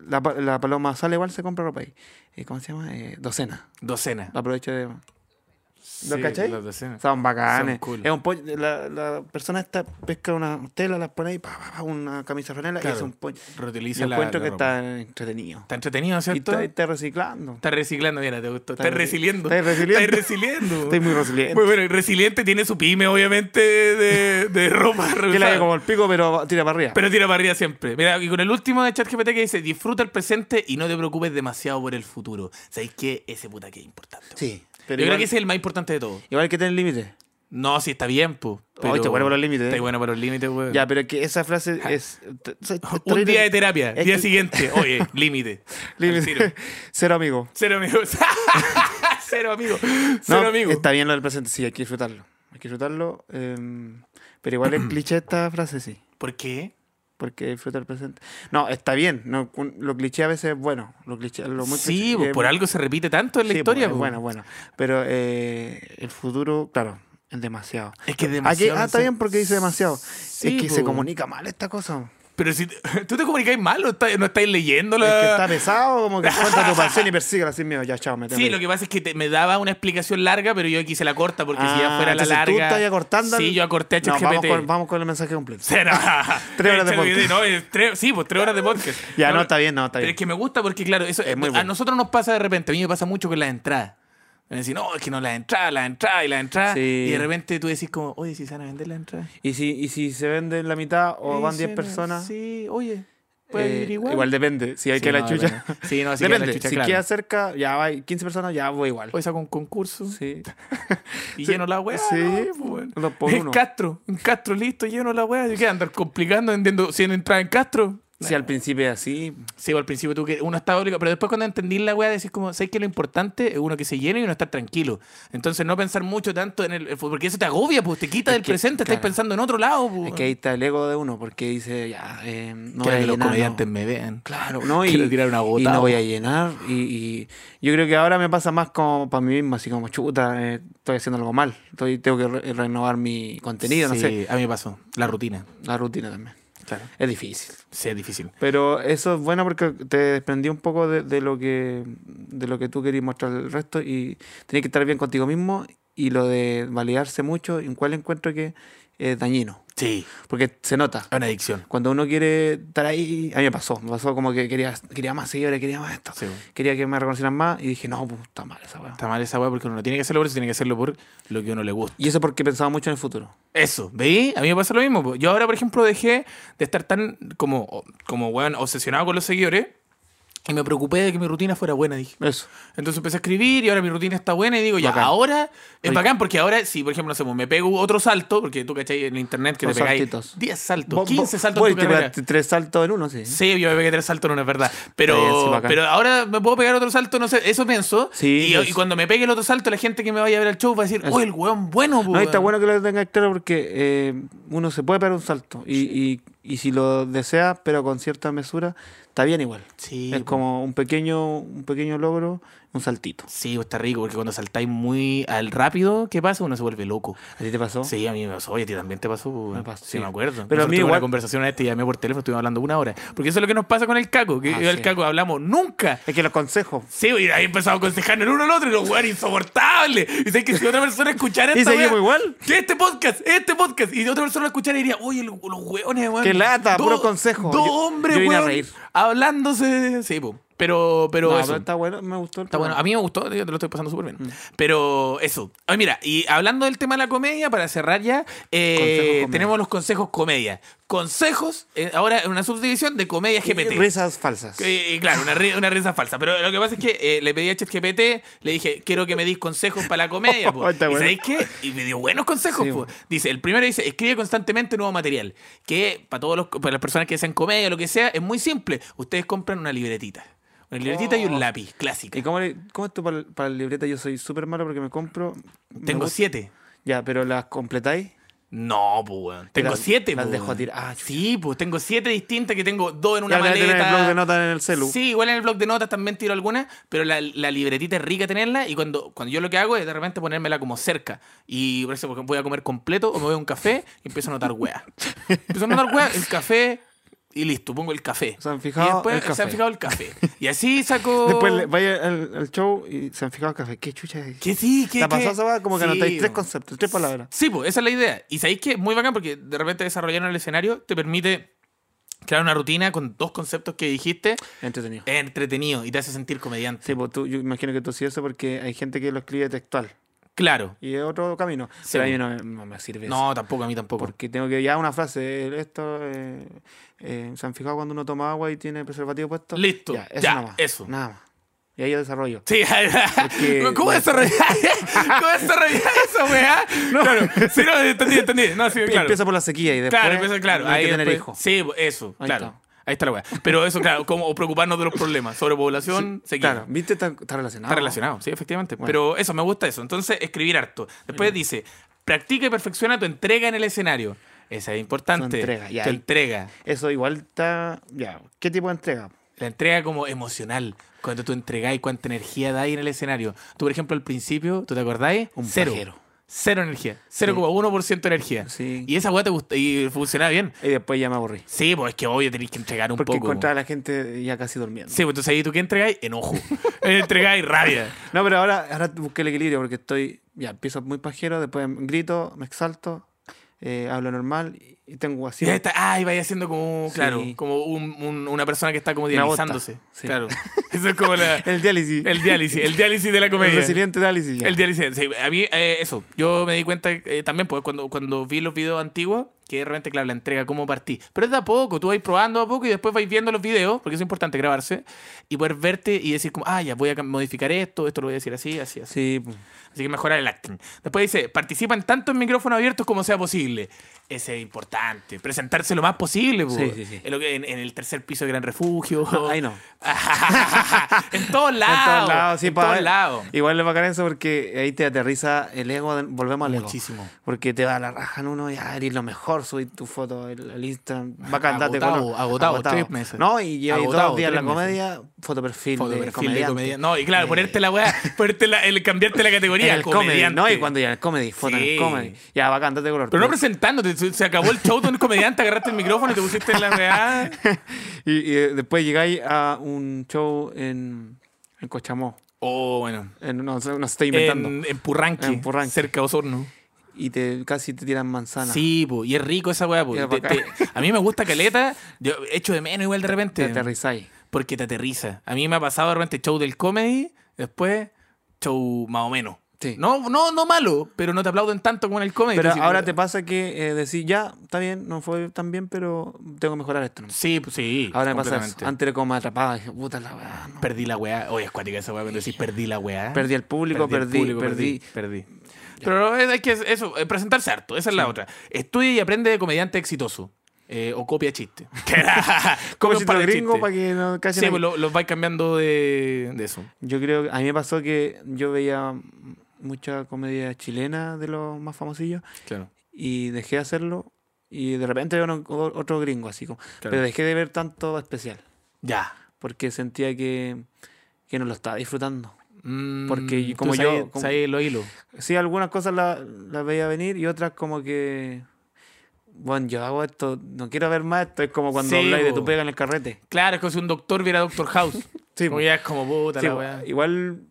la, pa- la paloma sale igual se compra ropa ahí. Eh, ¿Cómo se llama? Eh, docena.
Docena.
La aprovecho de. ¿Lo
Sí,
cachai?
las docenas.
Son bacanes.
Son cool.
Es un poncho- la, la persona esta pesca una tela, la pone ahí, pa, pa, pa, una camisa franela
Claro.
y es un poncho.
Reutiliza
Yo
la-
encuentro
la
que
ropa.
está entretenido.
Está entretenido,
Y
¿cierto?
está, está reciclando.
Está reciclando, mira, te gustó. Está
Está-
resiliendo.
está resiliente.
Está resiliendo.
Estoy muy resiliente.
Muy bueno, y resiliente tiene su pyme, obviamente, de, de ropa.
Que la
reusada.
ve como el pico, pero tira para arriba.
Pero tira para arriba siempre. Mira, y con el último de ChatGPT que dice: disfruta el presente y no te preocupes demasiado por el futuro. ¿Sabéis qué? Ese puta que es importante.
sí.
Yo
Pero
creo
igual,
que ese es el más importante de todo.
igual que tiene límite.
No, sí, está bien, pues.
Ay, Oh, está bueno para los límites,
Está
eh.
bueno para los límites, weón.
Ya, pero que esa frase es.
Un día de terapia,
Es
día
que-
siguiente. Oye, límite. Al tiro.
Límite. Cero amigo.
Cero amigos. Cero amigos. Cero
No,
amigos.
Está bien lo del presente, sí, hay que em, disfrutarlo. Hay que disfrutarlo. eh, pero igual es cliché esta frase, sí.
¿Por qué?
porque disfruta el presente. No, está bien. No, un- lo cliché a veces es bueno. Lo cliché, lo muy
sí,
cliché-
pues,
eh,
por algo se repite tanto en la
sí,
historia.
pues, es
pues.
Bueno, bueno. Pero eh, el futuro, claro, es demasiado.
Es que es
Ah, que-
demasiado.
ah, está bien porque dice demasiado.
Sí, pues.
es que
po.
se comunica mal esta cosa.
Pero si tú te comunicáis mal, no estáis, no estáis leyendo
Es que
la-
está pesado, como que cuenta tu pasión y persígala sin miedo. Ya, chao, me tengo
Sí,
que
lo
ir.
que pasa es que te- me daba una explicación larga, pero yo aquí se la corta, porque si ya
Ah,
fuera la
entonces
larga.
Tú estás acortando.
Sí, yo acorté a
No, vamos,
ChatGPT.
con, vamos con el mensaje completo.
Será.
Tres horas de
Échale,
podcast.
no, es tres- sí, pues tres horas de podcast.
Ya, no, está bien, no, está
Pero
bien.
es que me gusta porque, claro, eso
Es muy
a
bueno.
nosotros nos pasa de repente. A mí me pasa mucho con las entradas. Me decís, no, es que no, las entradas, las entradas y las entradas.
Sí.
Y de repente tú decís, como, oye, si se van a vender las entradas.
¿Y si, y si se venden la mitad o
Eh,
van 10
se-
personas.
Sí, oye, puede
eh,
ir igual.
depende. Si hay
Sí,
que la
no,
chucha.
depende. Sí, no, si queda la
depende.
chucha,
si
claro.
queda cerca, ya va 15 personas, ya voy igual.
Hoy saco un concurso
Sí.
y
sí,
lleno la weá.
sí,
no, pues, bueno.
dos por
es
uno.
Castro, en Castro listo, lleno la weá. Yo qué andar complicando, entiendo, si entrar en Castro.
Si al principio es así,
Sí, pues, al principio tú que uno estaba obligado, pero después cuando entendí la weá decís como, ¿sabes que lo importante es uno que se llene y uno estar tranquilo? Entonces no pensar mucho tanto en el, porque eso te agobia, pues te quita
Es
del
que,
presente,
claro.
estás pensando en otro lado, pues.
es que ahí está el ego de uno, porque dice, ya, eh, no voy
Quiero
a
que los
llenar,
comediantes
no.
me vean.
Claro, no, y,
Quiero tirar una
y
gota.
no voy a llenar. Y, y yo creo que ahora me pasa más como para mí mismo, así como chuta, eh, estoy haciendo algo mal. Estoy, tengo que re- renovar mi contenido, no sé.
Sí, A mí me pasó, la rutina.
La rutina también.
Claro.
Es difícil.
Sí, es difícil.
Pero eso es bueno porque te desprendí un poco de, de lo que de lo que tú querías mostrar al resto y tenés que estar bien contigo mismo y lo de validarse mucho, en cuál encuentro que es dañino,
Sí,
porque se nota.
es una adicción.
Cuando uno quiere estar ahí, a mí me pasó, me pasó como que quería, quería más seguidores, quería más esto,
Sí.
quería que me reconocieran más y dije, no, pues, está mal esa weá.
Está mal esa weá porque uno no tiene que hacerlo por eso, tiene que hacerlo por lo que a uno le gusta.
Y eso porque pensaba mucho en el futuro.
Eso, ¿veí? A mí me pasa lo mismo. po. Yo ahora, por ejemplo, dejé de estar tan como, como weón, obsesionado con los seguidores y me preocupé de que mi rutina fuera buena, dije.
Eso.
Entonces empecé a escribir y ahora mi rutina está buena y digo, ya,
Bacán.
ahora es
Oye.
bacán porque ahora, si por ejemplo, no sé, pues, me pego otro salto, porque tú cachai en internet que
Los
te pegáis
saltitos.
10 saltos,
Vos-
15
vos-
saltos
vos
en tu
te
carrera.
pegaste tres saltos en uno, sí.
Sí, yo me pegué tres saltos, no es verdad.
Está bien, sí,
Pero,
bacán.
pero ahora me puedo pegar otro salto, no sé, eso pienso.
Sí,
y,
es-
y cuando me pegue el otro salto, la gente que me vaya a ver al show va a decir,
Es-
uy, el weón bueno, po,
No, y está
weón".
bueno que lo tengas claro porque eh, uno se puede pegar un salto y, y- y si lo deseas, pero con cierta mesura, está bien igual.
Sí,
es
po.
como un pequeño, un pequeño logro, un saltito.
Sí, pues, está rico, porque cuando saltáis muy al rápido, ¿qué pasa? Uno se vuelve loco.
¿A ti te pasó?
Sí, a mí me pasó. Oye, a ti también te pasó. pues,
Me pasó,
Sí,
sí.
me acuerdo.
Pero a
Nosotros
mí
tuvimos
igual-
una conversación una vez, te llamé por teléfono, estuvimos hablando una hora. Porque eso es lo que nos pasa con el caco. Que
Ah,
yo al
sí.
caco hablamos nunca.
Es que los consejos.
Sí, y ahí empezamos a aconsejarnos el uno al otro y los weón insoportables. Y sabes que si otra persona escuchara
Y
esta
seguimos
wea-
igual.
Que este podcast, este podcast. Y otra persona lo escuchara y diría, oye, lo- los hueones, weón.
Qué lata, puro consejo.
Dos
Yo-
hombres,
yo vine a
weón,
reír.
Hablándose. Sí, po. pero, pero,
No,
eso.
pero está bueno, Mm. me gustó. el
Está bueno.
programa.
A mí me gustó, yo te lo estoy pasando súper bien. Pero eso. Ay, mira, y hablando del tema de la comedia, para cerrar ya, eh,
Consejos comedia.
tenemos los consejos comedia. Consejos, eh, ahora en una subdivisión de comedia GPT.
Risas falsas.
Eh, eh, claro, una, ri- una risa falsa. Pero lo que pasa es que eh, le pedí a ChatGPT, le dije, quiero que me dis consejos para la comedia. po".
Oh, Está
¿Y
bueno.
sabéis qué? Y me dio buenos consejos.
Sí,
po.
po.
Dice, el primero dice, escribe constantemente nuevo material. Que para, todos los, para las personas que hacen comedia o lo que sea, es muy simple. Ustedes compran una libretita. Una libretita y un
Oh.
lápiz, clásica.
¿Y cómo, le- cómo es tú para, el- para el libreta? Yo soy súper malo porque me compro. me
Tengo
gusta-
siete.
Ya, pero las completáis.
No, pues, weón.
Te
Tengo
las-
siete,
las
pues,
dejo
weón.
tirar. Ah, chucha.
Sí, pues, tengo siete distintas que tengo dos en una
Ya la
maleta.
tener el blog de notas en el celu.
Sí, igual en el blog de notas también tiro algunas, pero la, la libretita es rica tenerla y cuando, cuando yo lo que hago es de repente ponérmela como cerca. Y por eso porque voy a comer completo o me voy a un café y empiezo a notar weas. empiezo a notar weas, el café y listo, pongo el café.
Se han fijado
y después
el
se han
café.
fijado el café. Y así saco...
Después le- vaya al, al show y se han fijado el café. ¿Qué chucha es?
Que sí, que...
La
que-
pasada esa weá, como que
Sí,
anotáis tres
weón.
conceptos, tres palabras.
Sí, pues esa es la idea. Y sabéis que es muy bacán porque de repente desarrollar en el escenario te permite crear una rutina con dos conceptos que dijiste
Entretenido.
es entretenido y te hace sentir comediante.
Sí, pues tú, yo imagino que tú sí eso porque hay gente que lo escribe textual
Claro.
y es otro camino.
Sí,
Pero a
pues.
mí no, me- no me sirve eso.
No, tampoco, a mí tampoco.
Porque tengo que ya una frase, eh, esto, eh, eh, ¿se han fijado cuando uno toma agua y tiene preservativo puesto?
Listo,
eso
ya,
nada más.
eso.
Nada más. Y ahí yo desarrollo.
Sí,
Porque-
¿cómo desarrollar ¿Cómo desarrollar eso, weá? Claro, sí, no, entendí, entendí. No, sí, claro.
Empieza por la sequía y después
Claro, empieza, claro.
hay
Ahí
que tener
después-
hijos.
Sí, pues, eso,
Ahí
claro.
está.
Ahí está la weá. Pero eso, claro, como preocuparnos de los problemas. Sobrepoblación, sequía.
Claro, ¿viste? Está, está relacionado.
Está relacionado, sí, efectivamente.
Bueno.
Pero eso, me gusta eso. Entonces, escribir harto. Después dice, practica y perfecciona tu entrega en el escenario. Esa es importante.
Tu entrega, ya.
Tu entrega.
Eso igual está. Ya. ¿Qué tipo de entrega?
La entrega como emocional. Cuando tú entregáis cuánta energía dais en el escenario. Tú, por ejemplo, al principio, ¿tú te acordáis?
Un
Cero.
pajero.
Cero energía. 0,1% de energía.
Sí.
Y esa weá te gustó y funcionaba bien.
Y después ya me aburrí.
Sí, pues es que obvio tenéis que entregar un
Porque
poco.
encontraba a la gente ya casi durmiendo.
Sí, pues entonces ahí tú qué entregáis? Enojo. Eh, entregáis rabia.
No, pero ahora, ahora busqué el equilibrio porque estoy. Ya, empiezo muy pajero, después grito, me exalto, eh, hablo normal y- y tengo así.
Y ahí está, ay, vaya siendo como, claro,
Sí.
como un- un- una persona que está como
Una bota.
dializándose.
Sí.
Claro. Eso es como la-
El diálisis.
el diálisis, el diálisis de la
El
comedia.
resiliente diálisis. ya.
El diálisis. sí, a mí, eh, eso. Yo me di cuenta eh, también, pues, cuando, cuando vi los videos antiguos, que de repente, claro, la entrega, cómo partí. Pero es de a poco, tú vas probando a poco y después vais viendo los videos, porque es importante grabarse, y poder verte y decir, como, ah, ya voy a cam- modificar esto, esto lo voy a decir así, así, así.
Sí, pues.
Así que mejorar el acting. Después dice, participan tanto en micrófonos abiertos como sea posible. Ese es importante. Presentarse lo más posible, po.
Sí, sí, sí.
En, lo que- en- en el tercer piso de Gran Refugio.
ahí no.
en todos lados.
En todos lados, sí,
en
para
todos
ver.
lados.
Igual es bacán eso porque ahí te aterriza el ego, de- volvemos al ego.
Muchísimo.
Porque te va a la raja en uno y ah, eres lo mejor, subir tu foto al al Instagram. Bacán, date
Agotado,
color.
agotado, tres meses.
No, y llevas
Agotado,
dos días en la
tres meses.
comedia, foto perfil,
Foto,
de
perfil de
comediante.
comedia. No, y claro,
Eh,
ponerte la weá, ponerte la- el, cambiarte la
en
categoría.
el comedy, ¿no? Y
comediante.
cuando ya en el comedy, foto en
Sí.
el comedy. Ya, bacán, date color.
Pero no presentándote, se se acabó el show, tú eres comediante, agarraste el micrófono y te pusiste en la weá.
y, y eh, después llegáis a un show en, en Cochamó.
Oh, bueno.
En- no, sé, no estoy inventando.
En, en Purranque,
En Purranque.
cerca de Osorno.
Y te, casi te tiran manzana.
Sí, po, y es rico esa weá, po.
Y es
Te-
bacán.
te- a mí me gusta caleta, yo echo de menos igual de
Te
repente.
aterrizáis.
porque te aterriza. A mí me ha pasado de repente show del comedy, después show más o menos.
Sí.
No, no, no malo, pero no te aplauden tanto como en el comedy.
Pero
Tú dices,
ahora te pasa que eh, decís, ya, está bien, no fue tan bien, pero tengo que mejorar esto. ¿no?
Sí, pues, sí.
ahora me pasa eso.
completamente.
Antes era como atrapado, dije, puta la weá. no.
Perdí la weá. Oye, es cuática esa weá cuando decís perdí la weá.
Perdí al público,
¿Eh? al
perdí,
público,
perdí.
Perdí. Pero es, es que es- eso, eh, presentarse harto, esa es la otra. Estudia y aprende de comediante exitoso. eh, o copia chiste.
Como
Copia
si
un par de
gringo
chistes.
para que no casi
Sí,
no-
pues lo- los vais cambiando de, de eso.
Yo creo que a mí me pasó que yo veía mucha comedia chilena de los más famosillos
Claro.
y dejé de hacerlo. Y de repente veo uno- otro gringo así como. Pero dejé de ver tanto especial.
Ya.
Porque sentía que, que no lo estaba disfrutando.
Mm,
Porque y
tú
como yo-
sabes-
como-
sabes los hilos.
Sí, algunas cosas la- las veía venir y otras como que... Bueno, yo hago esto, no quiero ver más esto. Es como cuando
Sí,
habláis de
po.
tu pega en el carrete.
Claro, es como si un doctor viera Doctor House.
Sí,
como
po.
ya es como puta
Sí, pues.
la
po,
weá.
igual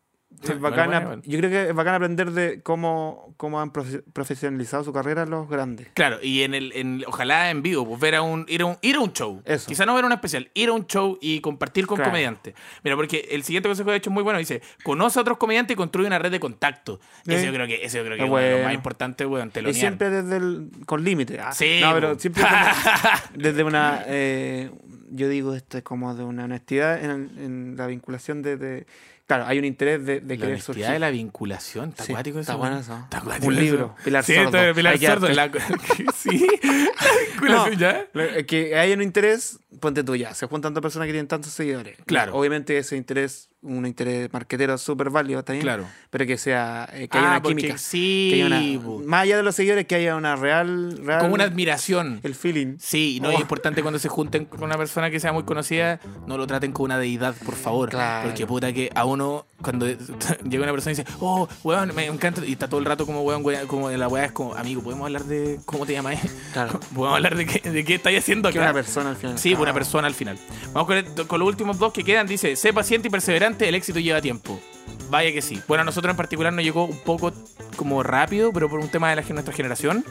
es
Bueno,
bacán...
bueno,
ap-
bueno.
Yo creo que es bacán aprender de cómo, cómo han profe- profesionalizado su carrera los grandes.
Claro, y en el, en, ojalá en vivo, pues ver a un, ir a un, ir a un show.
Eso.
Quizá no ver un especial, ir a un show y compartir con
Claro.
comediantes. Mira, porque el siguiente consejo de hecho es muy bueno. Dice, conoce a otros comediantes y construye una red de contacto. Eso
Sí.
yo creo que, eso yo creo que
Es
es uno de lo
bueno.
más importante, weón,
Y
telonear.
siempre desde el... con límite. Ah,
Sí,
No,
po.
pero siempre como- desde una... eh, yo digo esto es como de una honestidad en, en la vinculación de... de- claro, hay un interés de, de
la
querer
honestidad
surgir.
de la vinculación. ¿Está
Sí,
acuático
está
eso?
bueno
weón?
eso.
Está acuático
Un
eso.
libro, Pilar
sí,
Sordo.
esto de Pilar
Hay que
Sordo. La, sí, la vinculación
No,
ya.
lo- es que hay un interés, ponte tú ya, se juntan tantas personas que tienen tantos seguidores.
Claro.
Obviamente ese interés, un interés marquetero súper válido también.
Claro.
Pero que sea, eh, que
Ah,
haya una
porque
química.
sí,
que haya
po.
una, más allá de los seguidores, que haya una real, real
Como una admiración.
el feeling.
Sí, y no
Oh.
es importante cuando se junten con una persona que sea muy conocida, no lo traten como una deidad, por favor.
Claro.
Porque puta que a uno, cuando llega una persona y dice, oh, weón, me encanta, y está todo el rato como weón, weón, como la weá es como, amigo, ¿podemos hablar de cómo te llamas?
Claro.
¿Podemos hablar de qué, de qué estáis haciendo
Que
acá?
una persona al final.
Sí,
Ah,
una persona al final. Vamos con, el- con los últimos dos que quedan. Dice, sé paciente y perseverante, el éxito lleva tiempo. Vaya que sí. Bueno, a nosotros en particular nos llegó un poco como rápido, pero por un tema de la, gen- nuestra generación.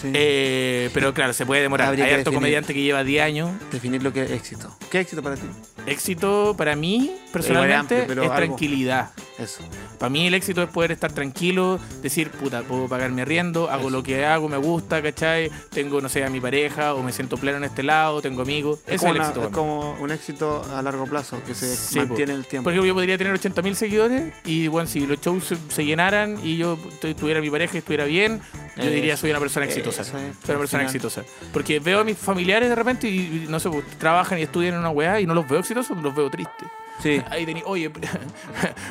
sí.
Eh, pero claro, se puede demorar.
Habría
Hay
que
harto
definir.
comediante que lleva 10 años.
Definir lo que es éxito. ¿Qué éxito para ti?
Éxito para mí, personalmente,
amplio, pero
es
algo.
tranquilidad.
Eso.
Para mí el éxito es poder estar tranquilo, decir, puta, puedo pagar mi arriendo, hago
Eso.
lo que hago, me gusta, ¿cachai? Tengo, no sé, a mi pareja, o me siento pleno en este lado, tengo amigos. Eso es
como
el
una-
éxito.
es
para mí.
como un éxito a largo plazo que se
Sí, po.
mantiene en el tiempo.
Por ejemplo, yo podría tener 80.000 seguidores y, bueno, si los shows se, se llenaran y yo tu- tuviera mi pareja y estuviera bien, yo
Eso,
diría soy una persona exitosa.
Eh, eso es,
soy una persona
al final.
exitosa. Porque veo a mis familiares de repente y, y no sé, pues, trabajan y estudian en una weá y no los veo exitosos, los veo tristes.
Sí.
Ahí tenía, oye,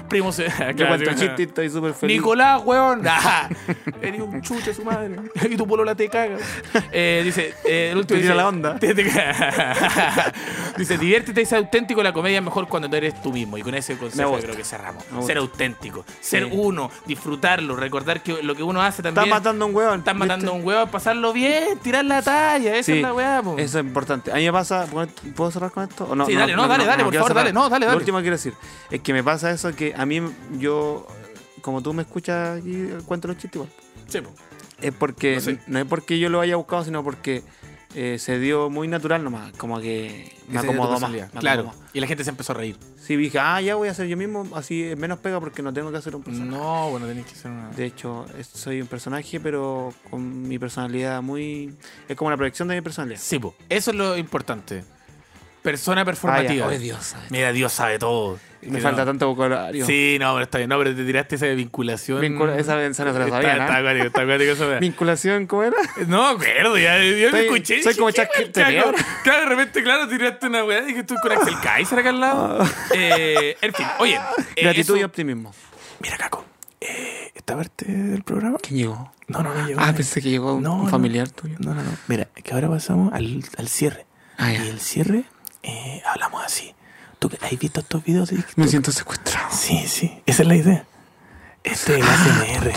primo se.
Yo
Claro,
cuento
sí,
chiste y estoy súper feliz.
Nicolás, weón. Nah. Eres un chucha su madre. Y tu polola te caga. Eh, dice, eh, el último
Te tira
dice,
la onda.
te- te- dice, diviértete y sé auténtico. La comedia es mejor cuando tú eres tú mismo. Y con ese consejo
gusta.
creo que cerramos.
Me gusta.
Ser auténtico. Ser
Sí.
uno. Disfrutarlo. Recordar que lo que uno hace
Estás
también.
matando a un hueón.
Estás matando a un huevo. Pasarlo bien. Tirar la talla. Esa es la weá, po.
Eso es importante. A mí me pasa. ¿Puedo cerrar con esto? ¿O no,
Sí, dale, no, dale, dale, por
quiero
favor, dale, no, dale, dale.
Lo último que quiero decir es que me pasa eso que a mí, yo, como tú me escuchas aquí, cuento los chistes igual.
Sí, po.
Es porque,
No
no,
sé.
es porque yo lo haya buscado, sino porque eh, se dio muy natural nomás. Como que
Esa
me
es tu
acomodó más.
personalidad.
me
Claro.
acomodó más.
Y la gente se empezó a reír.
Sí, dije, ah, ya voy a hacer yo mismo, así es menos pega porque no tengo que hacer un personaje.
No, bueno, tenés que ser una.
De hecho, es- soy un personaje, pero con mi personalidad muy. Es como la proyección de mi personalidad.
Sí, po. Eso es lo importante. Persona
Ah,
performativa.
ya. Oh, Dios.
Mira, Dios sabe todo.
Me
Que
falta
no.
tanto vocabulario.
Sí, no, pero está bien. No, pero te tiraste esa vinculación.
Vincula- esa- esa no se la sabía,
Está,
¿no?
está acuático, está acuático esa weá.
¿Vinculación cómo era?
No, acuerdo, ya, yo me
Soy-
escuché. y
soy
dije,
como
¿qué
Chuck
weá,
Terrier.
Claro, claro, de repente, claro, tiraste una weá. Dije, tú con Axel Kaiser acá al lado. Eh, en fin, oye. eh,
Gratitud y
eso-
optimismo.
Mira, Caco. eh, esta parte del programa.
¿Quién llegó?
No, no, no llegó.
Ah,
nadie.
pensé que llegó un,
No,
un
no.
familiar tuyo.
No, no, no. Mira, que ahora pasamos al, al cierre.
Ah, ya.
y el cierre eh, hablamos así. ¿Tú has visto estos videos de
Me
TikTok?
siento secuestrado.
Sí, sí. Esa es la idea. Este es el
Ah.
ASMR.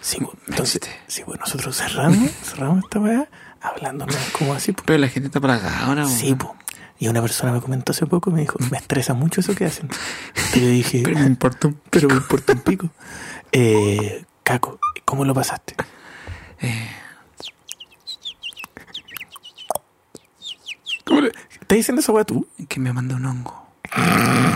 Sí, pues, entonces, sí, pues nosotros cerramos, cerramos esta weá hablándonos como así. pues.
Pero la gente está plagada ahora.
Sí, pues. Y una persona me comentó hace poco, me dijo, me estresa mucho eso que hacen. Y yo dije,
Pero me importa un
pero me importa un pico. Eh, Caco, ¿cómo lo pasaste?
Eh.
¿Cómo le- ¿Estás diciendo esa weá tú?
que me mandó un hongo.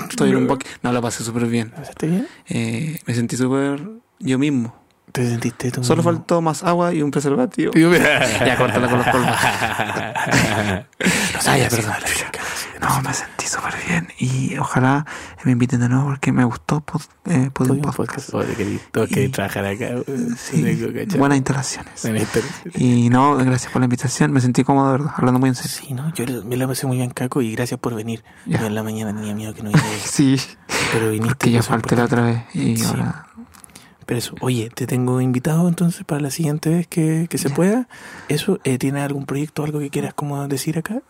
Estoy en un bosque. No, lo pasé súper bien.
¿Lo pasaste bien?
Eh, me sentí súper yo mismo.
¿Te sentiste tú?
Solo
mismo?
faltó más agua y un preservativo. ya, córtala con los polvos.
No
Ah,
sabía
ya,
si
perdón.
no lo había casi.
No, me sentí súper bien. Y ojalá me inviten de nuevo porque me gustó pod, eh,
Soy
Podium
un
Podcast.
podcast. Oye, querido, tengo que
Y-
trabajar acá. weón.
Sí,
Tengo que echar-
buenas instalaciones.
Buena historia.
Y no, gracias por la invitación. Me sentí cómodo, de verdad, hablando muy en serio.
Sí, no, yo le- me la pasé muy bien, Caco, y gracias por venir.
Ya.
Yo en la mañana tenía miedo que no vinieras,
Sí,
pero viniste.
porque
y
yo
eso es
falté la otra vez. Y
Sí.
ahora.
Pero eso, oye, te tengo invitado entonces para la siguiente vez que, que se pueda. Eso, eh, ¿tienes algún proyecto algo que quieras como decir acá?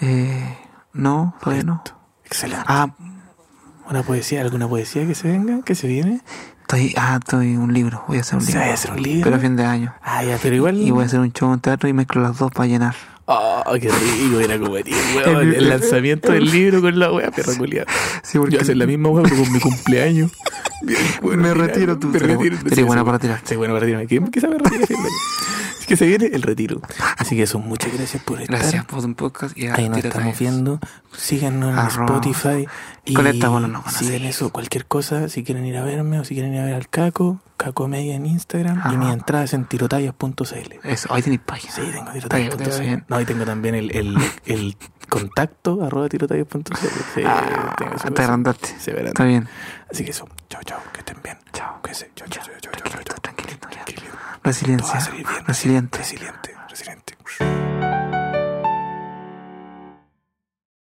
Eh, no, todavía no.
Excelente.
Ah,
¿Una poesía, alguna poesía que se venga, que se viene?
estoy, ah, estoy un libro. Voy a hacer un
Se
libro.
va a hacer un libro.
Pero a fin de año.
Ah, ya, pero igual...
Y voy a hacer un show en teatro y mezclo las dos para llenar.
Oh, qué rico, era como el, weón,
El-
el lanzamiento del libro con la wea, perro culiado.
Sí, porque
Yo hacer la misma wea, pero con mi cumpleaños. Bien, bueno,
Me
mira,
retiro tú.
Me retiro.
Pero buena para tirar.
Sí, bueno, para retirarme. Que- Quizá me retire. Así que se viene el retiro. Así que eso, muchas gracias por estar.
Gracias por un podcast. Y a
Ahí nos
tira
estamos
trajes.
viendo. Síganos en
Arroba.
Spotify. Y
Coleta, bueno, nos van a
sigan
seguir.
eso, cualquier cosa. Si quieren ir a verme o si quieren ir a ver al Caco, Caco Media en Instagram. Y
Ajá.
mis entradas en tirotallas.cl.
Eso, ahí tenéis página. Ah,
Sí, tengo
Está bien, está
tirotallas.cl.
bien.
No, y tengo también el, el, el contacto arroba tirotallas.cl. Sí,
Ah,
tengo esa
te
cosa.
arrandaste.
Sí, verán.
Está bien.
Así que eso. Chao, chao. Que estén bien. Chao. Que se. Chao, chao, chao, chao, chao, chao, chao.
Tranquilito, tranquilito. ya.
Tranquilo. Todo va a
Resiliencia.
salir bien.
Resiliente.
Resiliente. Resiliente.